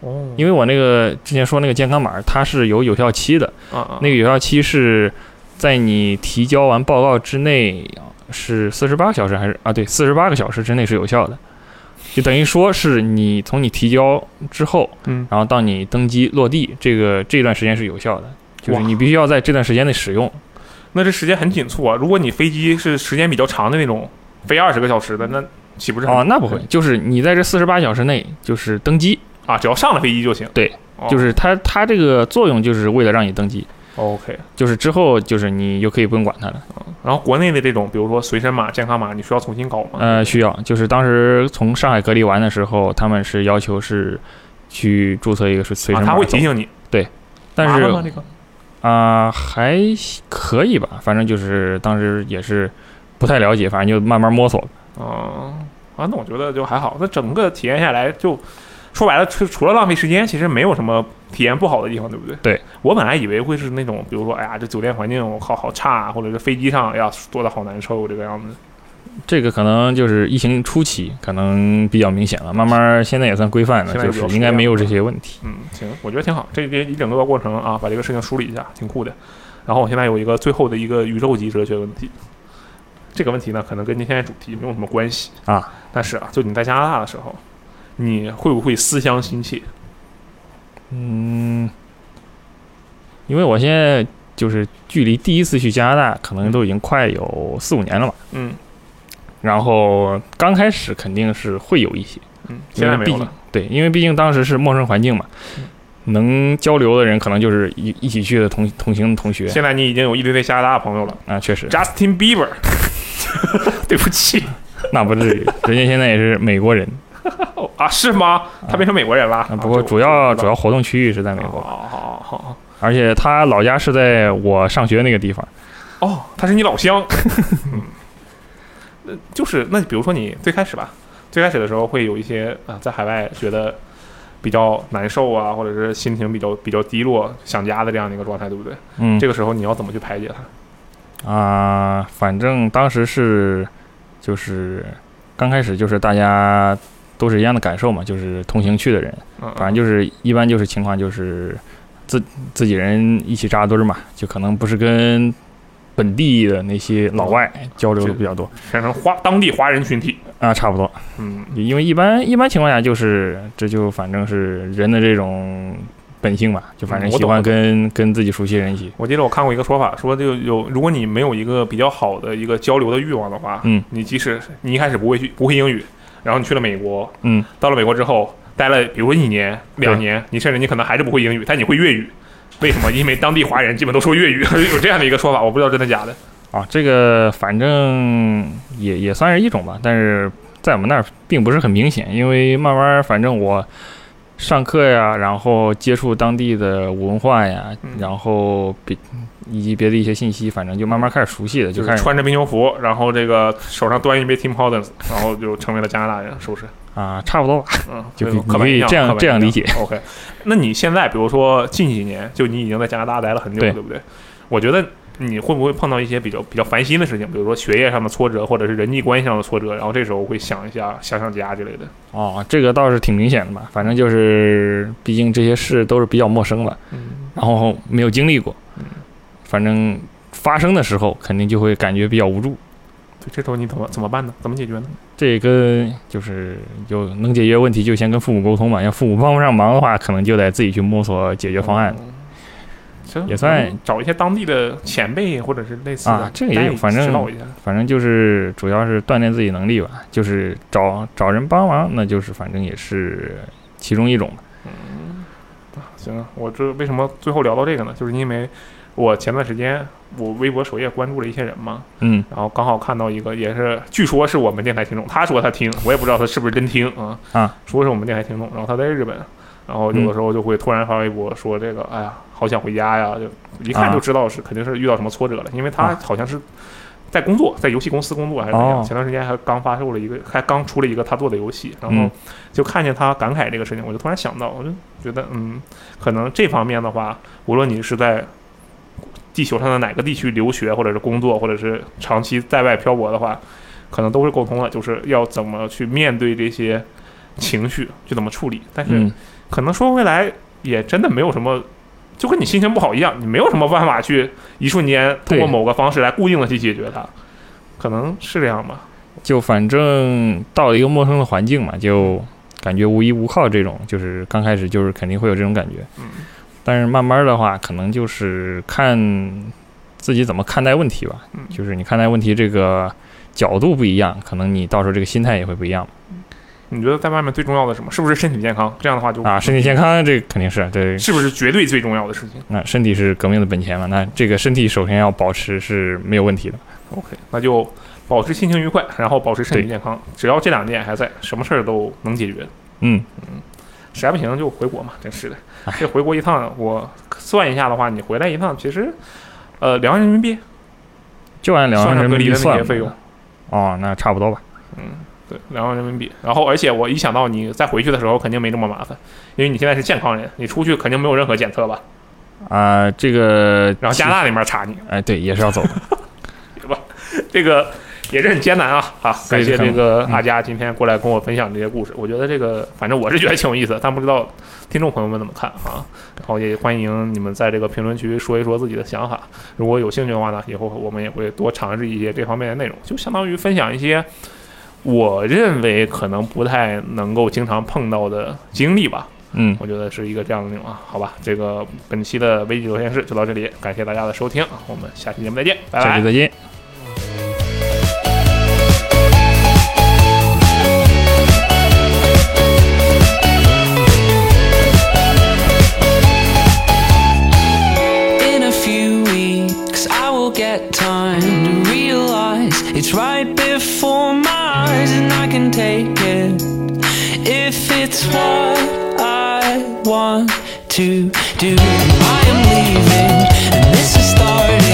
[SPEAKER 1] 哦，
[SPEAKER 2] 因为我那个之前说那个健康码它是有有效期的，
[SPEAKER 1] 啊啊，
[SPEAKER 2] 那个有效期是在你提交完报告之内是四十八个小时还是啊？对，四十八个小时之内是有效的，就等于说是你从你提交之后，
[SPEAKER 1] 嗯
[SPEAKER 2] 然后到你登机落地这个这段时间是有效的，就是
[SPEAKER 1] 哇
[SPEAKER 2] 你必须要在这段时间内使用。
[SPEAKER 1] 那这时间很紧促啊。如果你飞机是时间比较长的那种，飞二十个小时的，那岂不是很
[SPEAKER 2] 哦，那不会，就是你在这四十八小时内就是登机，
[SPEAKER 1] 啊？只要上了飞机就行。
[SPEAKER 2] 对
[SPEAKER 1] 哦，
[SPEAKER 2] 就是它它这个作用就是为了让你登机，
[SPEAKER 1] OK。
[SPEAKER 2] 就是之后就是你就可以不用管它了。
[SPEAKER 1] 然后国内的这种，比如说随身码、健康码，你需要重新搞吗？
[SPEAKER 2] 呃，需要，就是当时从上海隔离完的时候，他们是要求是去注册一个是随
[SPEAKER 1] 啊，
[SPEAKER 2] 身码、
[SPEAKER 1] 他会提，醒你。
[SPEAKER 2] 但
[SPEAKER 1] 麻
[SPEAKER 2] 是
[SPEAKER 1] 烦吗这个
[SPEAKER 2] 啊、还可以吧，反正就是当时也是不太了解，反正就慢慢摸索。
[SPEAKER 1] 哦、啊，那我觉得就还好。那整个体验下来就。说白了，除除了浪费时间，其实没有什么体验不好的地方，对不对？
[SPEAKER 2] 对，
[SPEAKER 1] 我本来以为会是那种，比如说，哎呀，这酒店环境我靠好差啊，或者是飞机上，哎呀，坐的好难受这个样子。
[SPEAKER 2] 这个可能就是疫情初期可能比较明显了，慢慢现在也算规范了
[SPEAKER 1] 现，在
[SPEAKER 2] 就
[SPEAKER 1] 有
[SPEAKER 2] 是
[SPEAKER 1] 熟
[SPEAKER 2] 应该
[SPEAKER 1] 练
[SPEAKER 2] 没有
[SPEAKER 1] 了
[SPEAKER 2] 这些问题。
[SPEAKER 1] 嗯，行，我觉得挺好。这边一整个过程啊，把这个事情梳理一下，挺酷的。然后我现在有一个最后的一个宇宙级哲学问题，这个问题呢，可能跟今天的主题没有什么关系
[SPEAKER 2] 啊。
[SPEAKER 1] 但是啊，就你在加拿大的时候，你会不会思乡心切？
[SPEAKER 2] 嗯，因为我现在就是距离第一次去加拿大，可能都已经快有四五年了吧。
[SPEAKER 1] 嗯
[SPEAKER 2] 然后刚开始肯定是会有一些，
[SPEAKER 1] 嗯，现在没有
[SPEAKER 2] 因为毕
[SPEAKER 1] 了
[SPEAKER 2] 竟。对，因为毕竟当时是陌生环境嘛，能交流的人可能就是一一起去的同同行的同学
[SPEAKER 1] 现在你已经有一堆堆加拿大的朋友了
[SPEAKER 2] 啊，确实，
[SPEAKER 1] ，Justin Bieber。对不起
[SPEAKER 2] 那不至于，人家现在也是美国人
[SPEAKER 1] 哦啊，是吗？他变成美国人了。
[SPEAKER 2] 啊。
[SPEAKER 1] 啊
[SPEAKER 2] 不过
[SPEAKER 1] 这
[SPEAKER 2] 主要
[SPEAKER 1] 我
[SPEAKER 2] 主要活动区域是在美国，
[SPEAKER 1] 哦好好好
[SPEAKER 2] 而且他老家是在我上学那个地方。
[SPEAKER 1] 哦，他是你老 乡。嗯，呃就是那比如说你最开始吧，最开始的时候会有一些啊、在海外觉得比较难受啊，或者是心情比较比较低落、想家的这样的一个状态，对不对？
[SPEAKER 2] 嗯
[SPEAKER 1] 这个时候你要怎么去排解它？
[SPEAKER 2] 啊，反正当时是就是刚开始就是大家都是一样的感受嘛，就是同行去的人。
[SPEAKER 1] 嗯，
[SPEAKER 2] 反正就是一般就是情况就是自自己人一起扎堆儿嘛，就可能不是跟本地的那些老外交流的比较多
[SPEAKER 1] 就变成华当地华人群体。
[SPEAKER 2] 啊，差不多。
[SPEAKER 1] 嗯，
[SPEAKER 2] 因为一般一般情况下就是这就反正是人的这种本性嘛，就反正
[SPEAKER 1] 嗯我
[SPEAKER 2] 喜
[SPEAKER 1] 懂
[SPEAKER 2] 欢
[SPEAKER 1] 我懂
[SPEAKER 2] 跟跟自己熟悉的人一起。
[SPEAKER 1] 我记得我看过一个说法，说就有如果你没有一个比较好的一个交流的欲望的话，
[SPEAKER 2] 嗯，
[SPEAKER 1] 你即使你一开始不会去不会英语，然后你去了美国，
[SPEAKER 2] 嗯，
[SPEAKER 1] 到了美国之后，待了比如说一年、两
[SPEAKER 2] 对
[SPEAKER 1] 年，你甚至你可能还是不会英语，但你会粤语。为什么？因为当地华人基本都说粤语， 有这样的一个说法，我不知道真的假的。
[SPEAKER 2] 啊，这个反正也也算是一种吧，但是在我们那儿并不是很明显，因为慢慢儿反正我上课呀，然后接触当地的文化呀，
[SPEAKER 1] 嗯
[SPEAKER 2] 然后别以及别的一些信息，反正就慢慢开始熟悉的，
[SPEAKER 1] 就
[SPEAKER 2] 就是开始
[SPEAKER 1] 穿着冰球服，然后这个手上端一杯 Tim Hortons，然后就成为了加拿大人，是不是？
[SPEAKER 2] 啊，差不多吧。
[SPEAKER 1] 嗯，
[SPEAKER 2] 就
[SPEAKER 1] 那种
[SPEAKER 2] 你
[SPEAKER 1] 刻板
[SPEAKER 2] 可
[SPEAKER 1] 印
[SPEAKER 2] 以
[SPEAKER 1] 象
[SPEAKER 2] 这样
[SPEAKER 1] 刻板
[SPEAKER 2] 这样
[SPEAKER 1] 印
[SPEAKER 2] 理
[SPEAKER 1] 象 OK，那你现在比如说近几年，就你已经在加拿大待了很久，
[SPEAKER 2] 对
[SPEAKER 1] 对不对？我觉得你会不会碰到一些比较比较烦心的事情，比如说学业上的挫折，或者是人际关系上的挫折，然后这时候会想一下想想家之类的。
[SPEAKER 2] 哦，这个倒是挺明显的吧，反正就是毕竟这些事都是比较陌生的，
[SPEAKER 1] 嗯，
[SPEAKER 2] 然后没有经历过
[SPEAKER 1] 嗯，
[SPEAKER 2] 反正发生的时候肯定就会感觉比较无助。
[SPEAKER 1] 对，这时候你怎么怎么办呢？怎么解决呢？
[SPEAKER 2] 这跟就是有能解决问题就先跟父母沟通嘛，要父母帮不上忙的话，可能就得自己去摸索解决方案。
[SPEAKER 1] 嗯行
[SPEAKER 2] 也算
[SPEAKER 1] 嗯找一些当地的前辈或者是类似的
[SPEAKER 2] 啊这个也有
[SPEAKER 1] 带
[SPEAKER 2] 反正
[SPEAKER 1] 指导一下。
[SPEAKER 2] 反正就是主要是锻炼自己能力吧，就是找找人帮忙，那就是反正也是其中一种吧。
[SPEAKER 1] 行啊，我这为什么最后聊到这个呢？就是因为我前段时间我微博首页关注了一些人嘛，
[SPEAKER 2] 嗯，
[SPEAKER 1] 然后刚好看到一个，也是据说是我们电台听众，他说他听，我也不知道他是不是真听啊。
[SPEAKER 2] 啊，
[SPEAKER 1] 说是我们电台听众，然后他在日本，然后有的时候就会突然发微博说这个，哎呀，好想回家呀，就一看
[SPEAKER 2] 啊
[SPEAKER 1] 就知道是肯定是遇到什么挫折了，因为他
[SPEAKER 2] 啊
[SPEAKER 1] 好像是。在工作，在游戏公司工作还是怎么样？
[SPEAKER 2] 哦
[SPEAKER 1] 前段时间还刚发售了一个，还刚出了一个他做的游戏，然后
[SPEAKER 2] 嗯
[SPEAKER 1] 就看见他感慨这个事情，我就突然想到，我就觉得，嗯，可能这方面的话，无论你是在地球上的哪个地区留学，或者是工作，或者是长期在外漂泊的话，可能都是沟通了，就是要怎么去面对这些情绪，去怎么处理。但是
[SPEAKER 2] 嗯，
[SPEAKER 1] 可能说回来，也真的没有什么。就跟你心情不好一样，你没有什么办法去一瞬间通过
[SPEAKER 2] 对
[SPEAKER 1] 某个方式来固定的去解决它，可能是这样吧。
[SPEAKER 2] 就反正到了一个陌生的环境嘛，就感觉无依无靠，这种就是刚开始就是肯定会有这种感觉。
[SPEAKER 1] 嗯，
[SPEAKER 2] 但是慢慢的话，可能就是看自己怎么看待问题吧。
[SPEAKER 1] 嗯
[SPEAKER 2] 就是你看待问题这个角度不一样，可能你到时候这个心态也会不一样
[SPEAKER 1] 你觉得在外面最重要的是什么？是不是身体健康？这样的话就
[SPEAKER 2] 啊。身体健康这肯定是对，
[SPEAKER 1] 是不是绝对最重要的事情？
[SPEAKER 2] 那身体是革命的本钱嘛，那这个身体首先要保持是没有问题的。
[SPEAKER 1] OK，那就保持心情愉快，然后保持身体
[SPEAKER 2] 对
[SPEAKER 1] 健康。只要这两点还在，什么事儿都能解决。
[SPEAKER 2] 嗯，
[SPEAKER 1] 实在不行就回国嘛，真是的。这回国一趟，我算一下的话，你回来一趟其实，呃，两万人民币
[SPEAKER 2] 就按两
[SPEAKER 1] 算
[SPEAKER 2] 万
[SPEAKER 1] 上
[SPEAKER 2] 人
[SPEAKER 1] 隔
[SPEAKER 2] 民
[SPEAKER 1] 离
[SPEAKER 2] 币
[SPEAKER 1] 的那
[SPEAKER 2] 算
[SPEAKER 1] 些
[SPEAKER 2] 吧
[SPEAKER 1] 费用，
[SPEAKER 2] 哦，那差不多吧。
[SPEAKER 1] 对，两万人民币。然后，而且我一想到你再回去的时候肯定没这么麻烦，因为你现在是健康人，你出去肯定没有任何检测吧？
[SPEAKER 2] 啊、这个
[SPEAKER 1] 然后加拿大那边查你，
[SPEAKER 2] 哎对，也是要走的。
[SPEAKER 1] 这个也是很艰难啊啊！
[SPEAKER 2] 所
[SPEAKER 1] 感
[SPEAKER 2] 以
[SPEAKER 1] 谢
[SPEAKER 2] 很
[SPEAKER 1] 这个
[SPEAKER 2] 嗯
[SPEAKER 1] 阿佳今天过来跟我分享这些故事，我觉得这个反正我是觉得挺有意思的，但不知道听众朋友们怎么看啊。然后也欢迎你们在这个评论区说一说自己的想法，如果有兴趣的话呢，以后我们也会多尝试一些这方面的内容，就相当于分享一些我认为可能不太能够经常碰到的经历吧。
[SPEAKER 2] 嗯，
[SPEAKER 1] 我觉得是一个这样的内容啊，好吧，这个本期的危机聊天室就到这里，感谢大家的收听，啊我们下期节目再见，拜拜
[SPEAKER 2] 下。期再见。
[SPEAKER 3] In a few weeks, I will get time to realize it's right before my eyes, and I can take it if it's what I want to do. I am leaving, and this is starting.